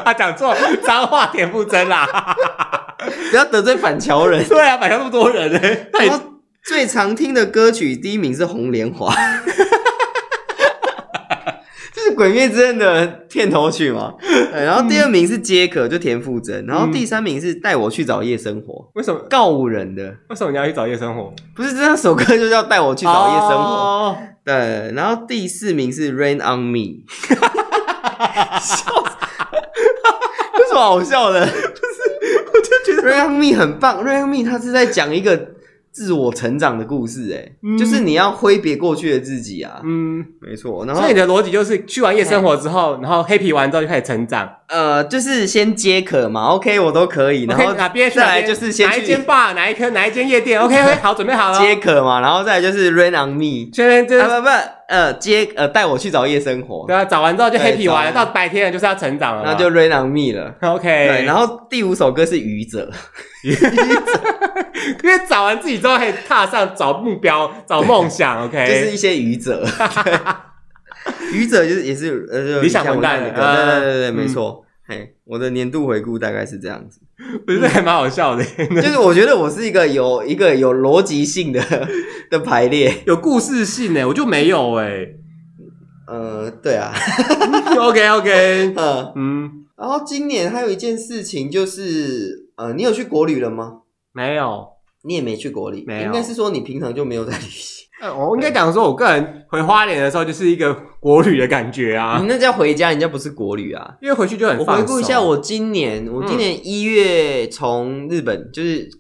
啊讲错，脏话田馥甄啦，
不要得罪板桥人。
对啊，板桥那么多人哎，那
然
你
后最常听的歌曲第一名是《红莲华》， 这是《鬼灭之刃》的片头曲嘛？对然后第二名是《皆可》，就田馥甄。然后第三名是《带我去找夜生活
为什么》，
告五人的，
为什么你要去找夜生活？
不是这首歌就叫《带我去找夜生活》。
哦，
对，然后第四名是《Rain on Me》，笑死，有什么好笑 的？
我就觉
《
得
瑞阳蜜》很棒，《瑞阳蜜》它是在讲一个自我成长的故事、哎、
嗯
就是你要挥别过去的自己啊，
嗯，
没错。然后
所以你的逻辑就是去完夜生活之后，然后黑皮完之后就开始成长，
呃，就是先接可嘛，OK，我都可以，然
OK，
后
哪边去
再来
哪边
就是先
哪一
去
间 bar 哪一颗哪一间夜店，OK，好，准备好了，
接可嘛，然后再来就是《Rain on Me
这边就》，是
啊不不，呃接呃带我去找夜生活
对，啊，找完之后就
对
happy 完了，
找完
到白天了就是要成长了嘛，
然后就《Rain on Me》了。
OK。
对，然后第五首歌是《愚者》，
因为找完自己之后，可以踏上找目标、找梦 想。OK，
就是一些愚者。 对愚者就是也是呃就
理想混蛋
的歌，对对对对，
嗯
没错。嘿，我的年度回顾大概是这样子。
不是还蛮好笑的，
就是我觉得我是一个有一个有逻辑性的 的排列。
有故事性欸呢，我就没有哎。
呃，对啊，
OK OK，
呃，
嗯，
然后今年还有一件事情就是，呃，你有去国旅了吗？
没有。
你也没去国旅，
没有
应该是说你平常就没有在旅行，
呃我应该讲说，我个人回花莲的时候，就是一个国旅的感觉啊
你，那叫回家，人家不是国旅啊。
因为回去就很
我
放
回
松嗯
顾一下，我今年，我今年一月从日本，就是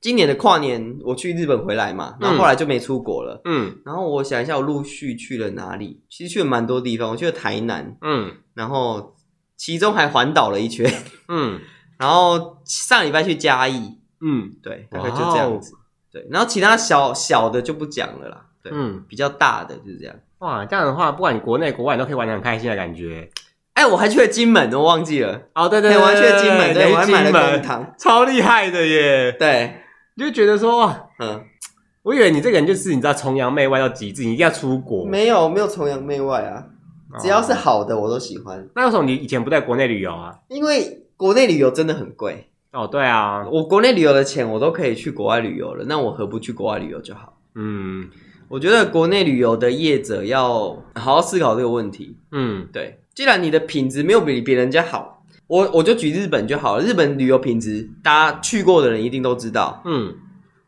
今年的跨年，我去日本回来嘛，然后后来就没出国了。
嗯
然后我想一下，我陆续去了哪里？其实去了蛮多地方，我去了台南，
嗯
然后其中还环岛了一圈，
嗯
然后上礼拜去嘉义，
嗯
对，大概就这样
哦
子，对，然后其他小小的就不讲了啦，对，
嗯，
比较大的就是这样。
哇，这样的话，不管你国内国外，你都可以玩的很开心的感觉。
哎、我还去了金门，我忘记了，
哦，对对
对，
对，
我还去了金门，
对
对，我还买了
金
贡
门，
糖，
超厉害的耶！
对，
你就觉得说哇，
嗯，
我以为你这个人就是你知道崇洋媚外到极致，你一定要出国。
没有没有崇洋媚外啊，只要是
哦
好的我都喜欢，
那为什么你以前不在国内旅游啊？
因为国内旅游真的很贵，
哦，对啊，
我国内旅游的钱我都可以去国外旅游了，那我何不去国外旅游就好？
嗯
我觉得国内旅游的业者要好好思考这个问题。
嗯
对，既然你的品质没有比别人家好，我我就举日本就好了。日本旅游品质，大家去过的人一定都知道。
嗯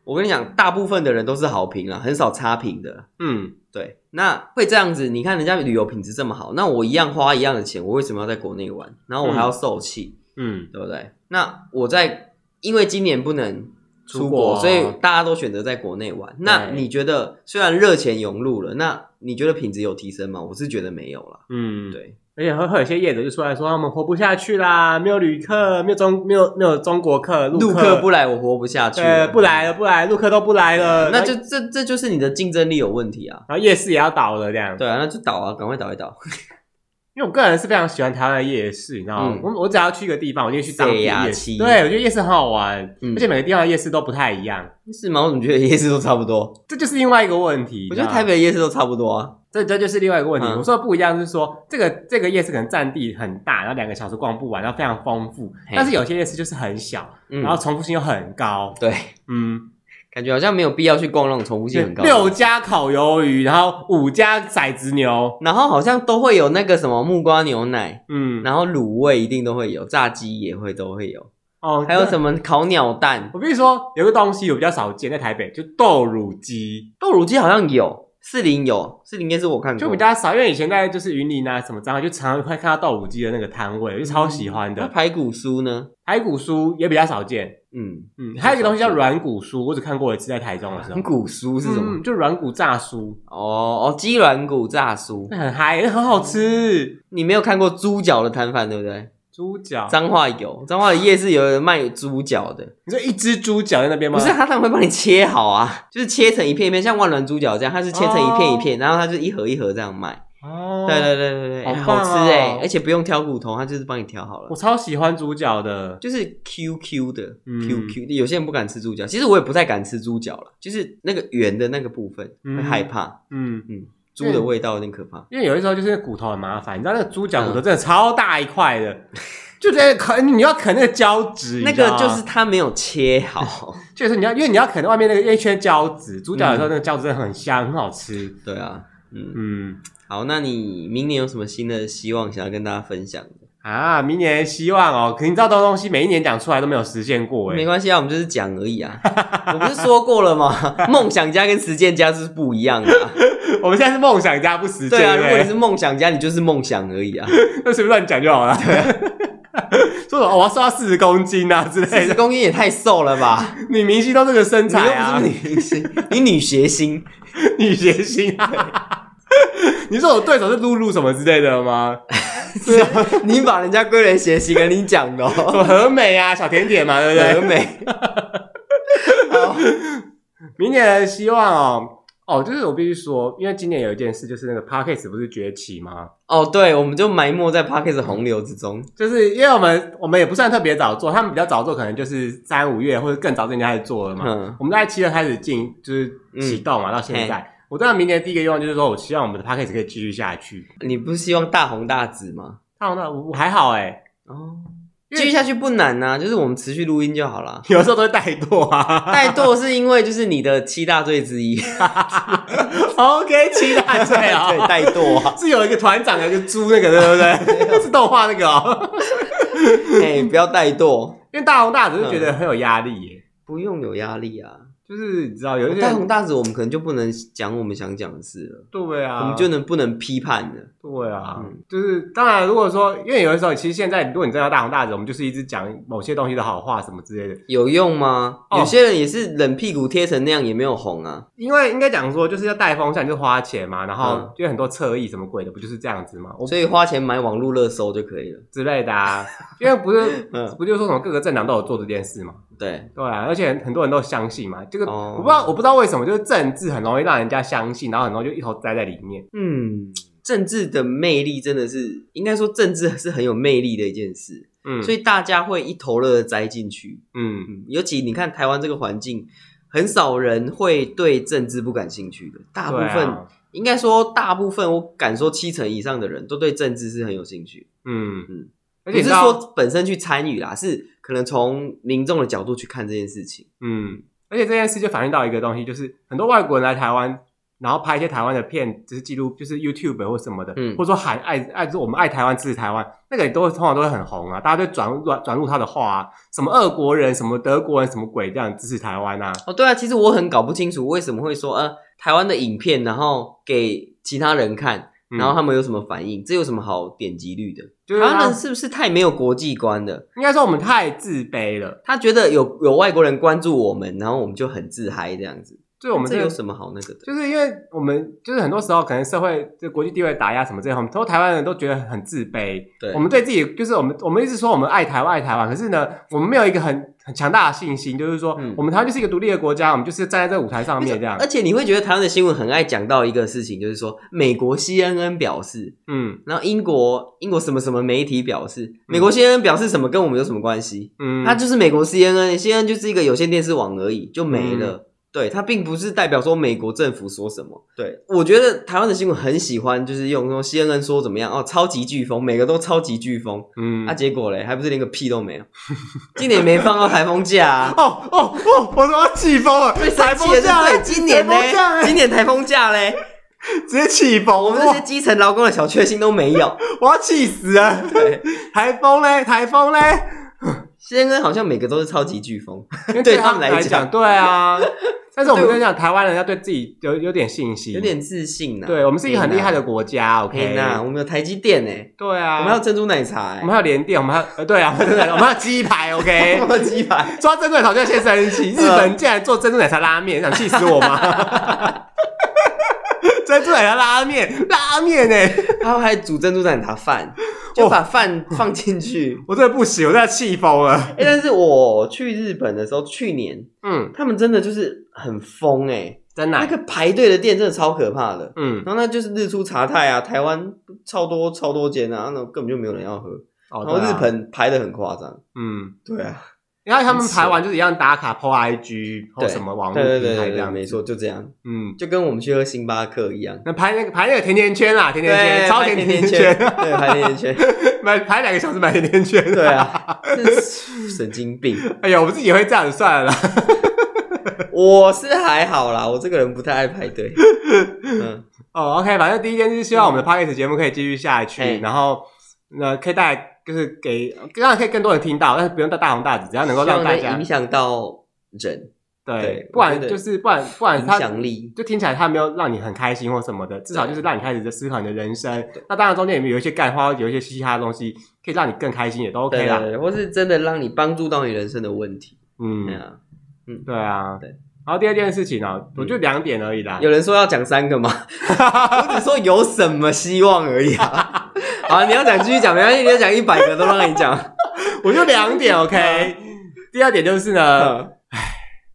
我跟你讲，大部分的人都是好评啊，很少差评的。
嗯，
对，那会这样子，你看人家旅游品质这么好，那我一样花一样的钱，我为什么要在国内玩？然后我还要受气，
嗯，
对不对？那我在因为今年不能出
出国
所以大家都选择在国内玩。那你觉得虽然热钱涌入了，那你觉得品质有提升吗？我是觉得没有啦。
嗯，
对，
而且会会有些业者就出来说，他们活不下去啦，没有旅客，没有中没有没有中国客，
陆
客
客不来，我活不下去
呃
了。嗯
不来了，不来，陆客都不来了，
啊那就这这就是你的竞争力有问题啊！
然后夜市也要倒了这样。
对啊，那就倒啊，赶快倒一倒。
因为我个人是非常喜欢台湾的夜市，你知道吗？
嗯啊
我我只要去一个地方，我就去当地
塞牙
夜
七
市。对，我觉得夜市很好玩，
嗯
而且每个地方的夜市都不太一样，
是吗？我怎么觉得夜市都差不多？
这就是另外一个问题。
我觉
你知道
得
吗
台北的夜市都差不多啊。
这这就是另外一个问题。
嗯
我说的不一样，就是说这个这个夜市可能占地很大，然后两个小时逛不完，然后非常丰富。
嘿
但是有些夜市就是很小，
嗯，
然后重复性又很高。
对，
嗯，
感觉好像没有必要去逛那种重复性很高的。
六家烤鱿鱼，然后五家骰子牛，
然后好像都会有那个什么木瓜牛奶，
嗯，
然后卤味一定都会有，炸鸡也会都会有，
哦，
还有什
么？
么烤鸟蛋、
我跟你说，有个东西我比较少见，在台北就豆乳鸡，
豆乳鸡好像有，士林有，士林应该是我看过，
就比较少，因为以前在就是云林啊什么彰化，就常常会看到豆乳鸡的那个摊位，我就超喜欢
那
的。
排骨酥呢？
排骨酥也比较少见，
嗯，
嗯，还有一个东西叫软骨酥，我只看过一次在台中的时候
软，骨酥是什么？
嗯？就软骨炸酥，
哦哦，鸡软骨炸酥。
那很嗨，那很好吃。
你没有看过猪脚的摊贩对不对？
猪脚，
彰化有，彰化的夜市有人卖猪脚 的，
你说一只猪脚在那边吗？
不是他他们会帮你切好啊，就是切成一片一片，像万峦猪脚这样，它是切成一片一片，然后它就一盒一盒这样卖。
哦，
对对对对对，
好
哎
棒
好
哦
吃哎、而且不用挑骨头，它就是帮你挑好了
我，超喜欢猪脚的。
就是 Q Q 的
嗯
Q Q 的。有些人不敢吃猪脚，其实我也不太敢吃猪脚了，就是那个圆的那个部分
嗯
会害怕，
嗯，
猪的味道有点可怕。
因为有的时候就是骨头很麻烦，你知道那个猪
嗯
脚骨头真的超大一块的， 就在啃，你要啃那个胶质，
那
你知道
个
吗
就是它没有切好，
就是你要，因为你要啃外面那个那一圈胶
嗯
质，猪脚的时候那个胶质真的很香，很好吃。
对啊，嗯，
嗯
好，那你明年有什么新的希望想要跟大家分享的？
啊，明年希望哦，可你知道这种东西每一年讲出来都没有实现过
没
哎。
关系啊，我们就是讲而已啊。我不是说过了吗？ 梦想家跟实践家是不一样的 啊、
我们现在是梦想家不实践，
对啊，
不
如果你是梦想家，你就是梦想而 已啊。
那随便乱讲就好了。 说什么、哦我要瘦到四十公斤啊之
四
类
十
的，
公斤也太瘦了吧？
女明星都这 个身
你又
材啊
不，是女明星， 你女谐星。
女谐星啊。 你说我对手是露露什么之类的吗？啊
你把人家归为谐星，跟你讲的、
什
哦，
么和美啊，小甜甜嘛，对不
峨
对？
眉。好
明年希望哦，哦，就是我必须说，因为今年有一件事，就是那个 p o d c a s t 不是崛起吗？
哦，对，我们就埋没在 p a c k e s 洪流之中。
就是因为我们我们也不算特别早做，他们比较早做，可能就是三五月或者更早之前就开始做了嘛。
嗯，
我们大概七月开始进，就是启动嘛，到现在。我当然明年第一个愿望就是说，我希望我们的 p a c k a g e 可以继续下去。
你不是希望大红大紫吗？
大红大紫，我我还好哎、
哦，
因
继
为
续下去不难呐、啊，就是我们持续录音就好啦。
有时候都会怠惰啊。
怠惰是因为就是你的七大罪之一，
OK，期待 罪
对
啊，
怠惰啊，
是有一个团长，有一个猪那个，对啊不对？是动画那个哦。
哎，不要怠惰，
因为大红大紫就觉
嗯
得很有压力耶、
不用有压力啊。
就是你知道有一些
大红大紫，我们可能就不能讲我们想讲的事了，
对啊，
我们就能不能批判了。
对啊，
嗯
就是当然，如果说因为有的时候，其实现在如果你真的要大红大紫，我们就是一直讲某些东西的好话什么之类的。
有用吗？
哦
有些人也是冷屁股贴成那样，也没有红啊。
因为应该讲说，就是要带风扇，就是花钱嘛，
嗯
然后就有很多侧翼什么鬼的，不就是这样 子嘛？我
所以花钱买网络热搜就可以了。
之类的啊，因为不是
嗯，
不就是说什么各个政党都有做这件事嘛？
对，
对啊，而且很多人都相信嘛。这个
哦
我不知道，我不知道为什么，就是政治很容易让人家相信，然后很容易就一头栽在里面。
嗯，政治的魅力真的是，应该说政治是很有魅力的一件事，
嗯，
所
以
以大家会一头热的栽进去。
嗯，
嗯，尤其你看台湾这个环境，很少人会对政治不感兴趣的，大部
对啊
分应该说大部分，我敢说七成以上的人都对政治是很有兴趣，
嗯
嗯
嗯，而
不是
且你知道
说本身去参与啦，是可能从民众的角度去看这件事情。
嗯，而且这件事就反映到一个东西，就是很多外国人来台湾，然后拍一些台湾的片，就是记录，就是 YouTube 或什么的，
嗯
或者说喊爱爱，就是我们爱台湾支持台湾，那个也都通常都会很红啊，大家就转入转转入他的话啊，什么俄国人、什么德国人、什么鬼这样支持台湾啊，
哦，对啊，其实我很搞不清楚为什么会说呃台湾的影片，然后给其他人看，
嗯啊
然后他们有什么反应？这有什么好点击率的？
就是
台湾
他
人是不是太没有国际观了？
应该说我们太自卑了，
他觉得有有外国人关注我们，然后我们就很自嗨这样子。
就是我们
这
这
有
个。
什么好那个的？
就是因为我们就是很多时候可能社会这国际地位打压什么这些，我们都台湾人都觉得很自卑。
对
我们对自己就是我们我们一直说我们爱台湾爱台湾，可是呢，我们没有一个很很强大的信心，就是说、
嗯
我们台湾就是一个独立的国家，我们就是站在这个舞台上面这样
而。且你会觉得台湾的新闻很爱讲到一个事情，就是说美国 CNN 表示，
嗯
然后英国英国什么什么媒体表示，美国 CNN 表示什么跟我们有什么关系？
嗯，
它就是美国 CNN，CNN 就是一个有线电视网而已，就没了。
嗯
对，它并不是代表说美国政府说什么。对，我觉得台湾的新闻很喜欢，就是用说 CNN 说怎么样哦，超级飓风，每个都超级飓风，
嗯
啊，结果嘞，还不是连个屁都没有。 今年没放到台风假 啊，
哦哦哦，我他妈气疯了，
最
台
生
风
气的
假
是
欸
对，今年呢
台风假，欸
今年台风假嘞，
直接气疯，
我
我
们这些基层劳工的小确幸都没有。
我要气死啊！
对
台风嘞，台风嘞，
，CNN 好像每个都是超级飓风。
因 为
对
他
他
们
们来
来
讲
讲，对 啊。但是我们
对
跟你讲，台湾人要对自己有有点信心，
有点自信呐、
对我们是一个很厉害的国家
天
，OK？
呐、我们有台积电哎、
对啊，
我们还有珍珠奶茶哎、
我们还有连电，我们还有呃，对啊，对对对我们还有鸡排 ，OK？
我们有鸡排。
说到珍珠奶茶，我就先生气，日
嗯
本竟然做珍珠奶茶拉面，想气死我吗？ 珍珠奶茶拉面，拉面欸呢、
然后还煮珍珠奶茶饭，就把饭放进去。
我真的不行，我真的气疯了。
哎、但是我去日本的时候，去年
嗯，
他们真的就是很疯哎、
真的啊、
那个排队的店真的超可怕的。
嗯，
然后那就是日出茶太啊，台湾超多超多间啊，那根本就没有人要喝。
哦
然
对
后
啊
日本排的很夸张。
嗯，
对啊，
然后他们排完就是一样打卡 PO IG 或
对
哦什么网络
对对
平
对
台
对
这
对，
样，
没错，就这样，
嗯。
就跟我们去喝星巴克一样。
那排那个排那个甜甜圈啦，甜甜圈，
对，
超
排
甜
甜
甜
圈，
圈，
对，排甜甜圈。
买排两个小时买甜甜圈，
对 啊，这是神经病。
哎呀，我们自己也会这样子算了啦。
我是还好啦，我这个人不太爱排 队。嗯，
哦，OK，反正第一件就是希望我们的 podcast 节目可以继续下去，
嘿
然后那可以带来就是给当然可以更多人听到，但是不用大大红大紫，只要能够让
希望
大
能
家
影响到人对
对，
我
不然
觉得
就是不然不然
影
啊他
响力。
就听起来他没有让你很开心或什么的，至少就是让你开始在思考你的人生
对。
那当然中间里面有一些干花，有一些嘻哈的东西，可以让你更开心也都 OK
对
啦。
对，或是真的让你帮助到你人生的问题。对
嗯，
啊，
对啊，
对。嗯
然后第二件事情呢，我就两点而已啦。
有人说要讲三 个吗？我只说有什么希望而已 啊。好，你要讲继续讲，没关系，你要讲一百个都让你讲。
我就两 点 OK。第二点就是呢，
嗯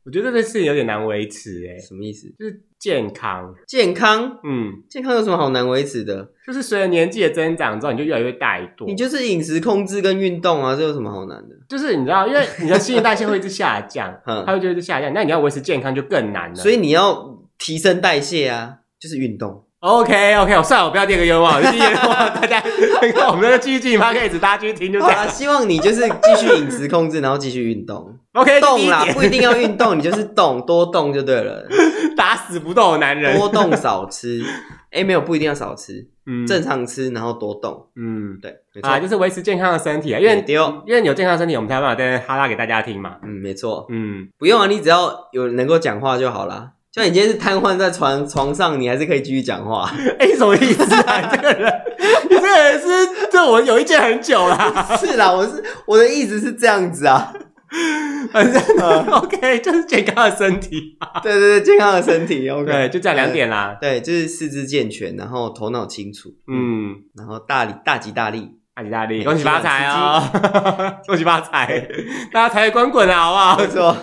我觉得这件事情有点难维持哎、
什么意思？
就是健康，
健康，
嗯，
健康有什么好难维持的？
就是随着年纪的增长之后，你就越来越怠惰，
你就是饮食控制跟运动啊，这有什么好难的？，
就是你知道，因为你的新陈代谢会一直下降
嗯
它会就一直下降，那你要维持健康就更难了。
所以你要提升代谢啊，就是运动。
OK OK，我算了，我不要第二个愿望，第一个愿望大家， 我们就继续进行 p o d c 大家继续听就
好
这
啦，
样。
希望你就是继续饮食控制，然后继续运 动，
OK，第哎
动
一
啦，
点
不一定要运动，你就是动，多动就对 了，
打死不动的男人，
多动少吃。哎、没有，不一定要少吃，
嗯
正常吃，然后多动，
嗯
对，没错，
啊，就是维持健康的身体啊，因为
没丢
因为你有健康的身体，我们才有办法在哈拉给大家听嘛。
嗯，没错，
嗯，
不用啊，你只要有能够讲话就好啦。就你今天是瘫痪在床床上，你还是可以继续讲 话，
哎、什么意思啊？你这个人，你这个人是对我有意见很久啦。
是啦，我是我的意思是这样子啊，
反正、OK，就是健康的身体。
对对对，健康的身 体，OK，
对，就这样两点啦。
对，就是四肢健全，然后头脑清楚，嗯，
嗯，
然后大力大吉大 利，
大吉大利，
哎
恭喜发财哦！ 恭喜发财，大家财源滚滚啊，好不
没
好？
错，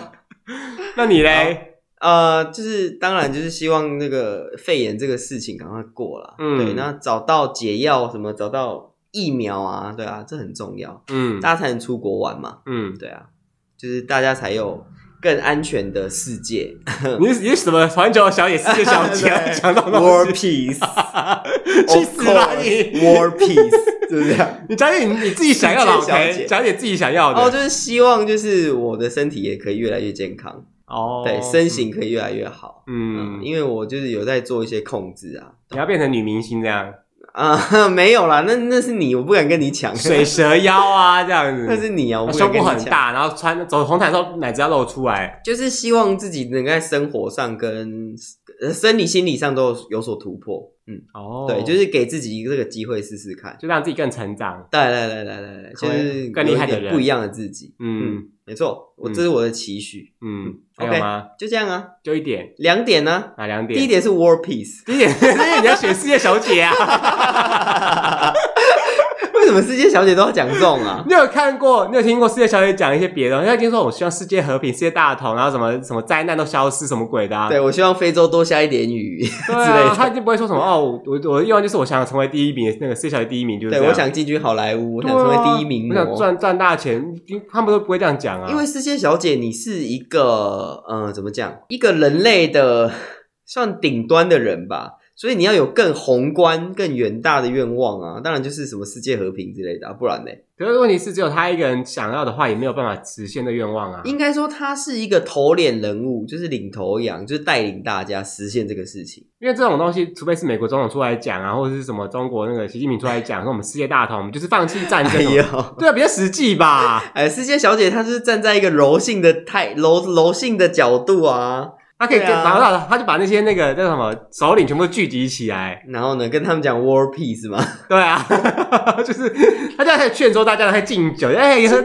那你嘞？
呃，就是当然就是希望那个肺炎这个事情赶快过了，
嗯
对，那找到解药什么，找到疫苗啊，对啊，这很重要，
嗯
大家才能出国玩嘛，
嗯，
对啊，就是大家才有更安全的世 界。
嗯你是你是什么环球小野世界小 姐
对
讲到
War Peace，
去死
哦
吧 你！
War Peace，就是这 样。
你讲点你你自己想要的
世界小姐
OK，讲点自己想要
哦，
的
就是希望就是我的身体也可以越来越健康，
哦
对，身形可以越来越好。嗯，
嗯，
因为我就是有在做一些控制啊，
你要变成女明星 这样，
啊，没有啦，那那是你，我不敢跟你抢。
水蛇腰啊这样
那
子，
是你啊，我不敢
胸
跟
部
你
很
抢。
大，然后穿走红毯的时候奶子要露出来，
就是希望自己能在生活上跟呃生理、心理上都有有所突破。嗯，
哦
对，就是给自己一个这个机会试试看。
就让自己更成长，
来来来来来来，就
成
是
为更哦厉害的
有一点
人
不一样的自己。
嗯
没错，我
嗯
这是我的期许，
嗯，还
OK
有吗？
就这样啊。
就一点，
两点呢，
哪两点？
第一，点是 War Peace，
第一点， 第一点你要选世界小姐啊！
为什么世界小姐都要讲这种啊？
你有看过，你有听过世界小姐讲一些别的？她已经说我希望世界和平、世界大同，然啊后什么什么灾难都消失，什么鬼的、啊？
对，我希望非洲多下一点雨。
对
之类的
啊，她已经不会说什么哦，我我我的愿望就是我想成为第一名，那个世界小姐第一名就是
对，
这样
我想进军好莱坞，我
对
想
啊
成为第一名
我想
模。
赚赚大钱，他们都不会这样讲啊。
因为世界小姐，你是一个呃，怎么讲？一个人类的算顶端的人吧，所以你要有更宏观、更远大的愿望啊。当然就是什么世界和平之类的、啊，不然呢？
可是问题是，只有她一个人想要的话，也没有办法实现的愿望啊。
应该说他是一个头脸人物，就是领头羊，就是带领大家实现这个事情。
因为这种东西，除非是美国总统出来讲啊，或者是什么中国那个习近平出来讲，说我们世界大同，我们就是放弃战
哎
争。
呦！
对啊，比较实际吧。
哎，世界小姐她是站在一个柔性的态柔柔性的角度啊，
他可以跟，
对啊
然后他他就把那些那个叫什么首领全部聚集起来，
然后呢跟他们讲 war peace 嘛，
对啊， 就是他就在劝说大家来敬酒，哎、以后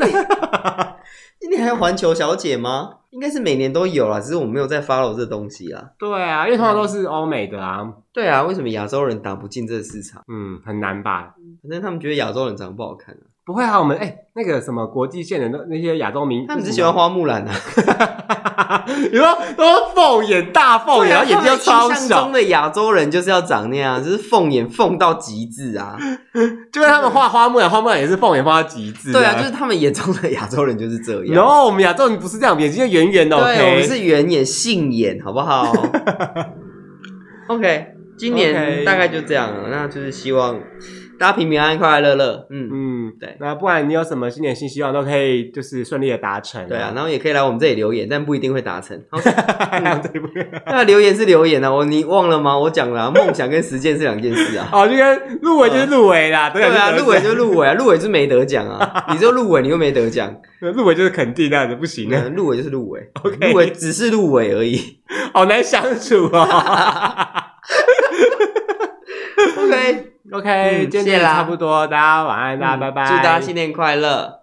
今年还有环球小姐吗？应该是每年都有啦，只是我没有在 follow 这东西啦。
对啊，因为通常都是欧美的啊，
对啊，为什么亚洲人打不进这个市场？
嗯，很难吧？
反正他们觉得亚洲人长得不好看、啊，
不会啊，我们哎、那个什么国际线的那那些亚洲民，
他们只喜欢，花木兰啊，
你说啊都凤眼大凤哦眼，然后眼睛又
啊印
超
象
小
中，的亚洲人就是要长那样，啊就是凤眼凤到极致啊。
就跟他们画花木兰，花木兰也是凤眼画到极致、
对啊，就是他们眼中的亚洲人就是这样。
然后我们亚洲人不是这样，眼睛就圆圆的
对
，OK，
我们是圆眼、杏眼，好不好？OK，今年
OK
大概就这样了，那就是希望大家平平安安、快快乐乐。嗯，
嗯，
对
那不然你有什么新年新希望都可以，就是顺利的达成、
对啊，然后也可以来我们这里留言，但不一定会达成。OK， 嗯
然后这一部
那留言是留言啊，我你忘了吗？我讲了啊、梦想跟实践是两件事啊。
哦，就跟入围就是入围啦， 对
对啊，入围
就
就入围啊，入围就是没得奖 啊。你就入围，你又没得奖，
入围就是肯定那样子，不行的，
嗯入围就是入围
OK
入围只是入围而 已。
好难相处哦。
OK，
OK，
嗯
今
谢
天
啦嗯
差不多，大家晚安，大家拜拜，
祝大家新年快乐，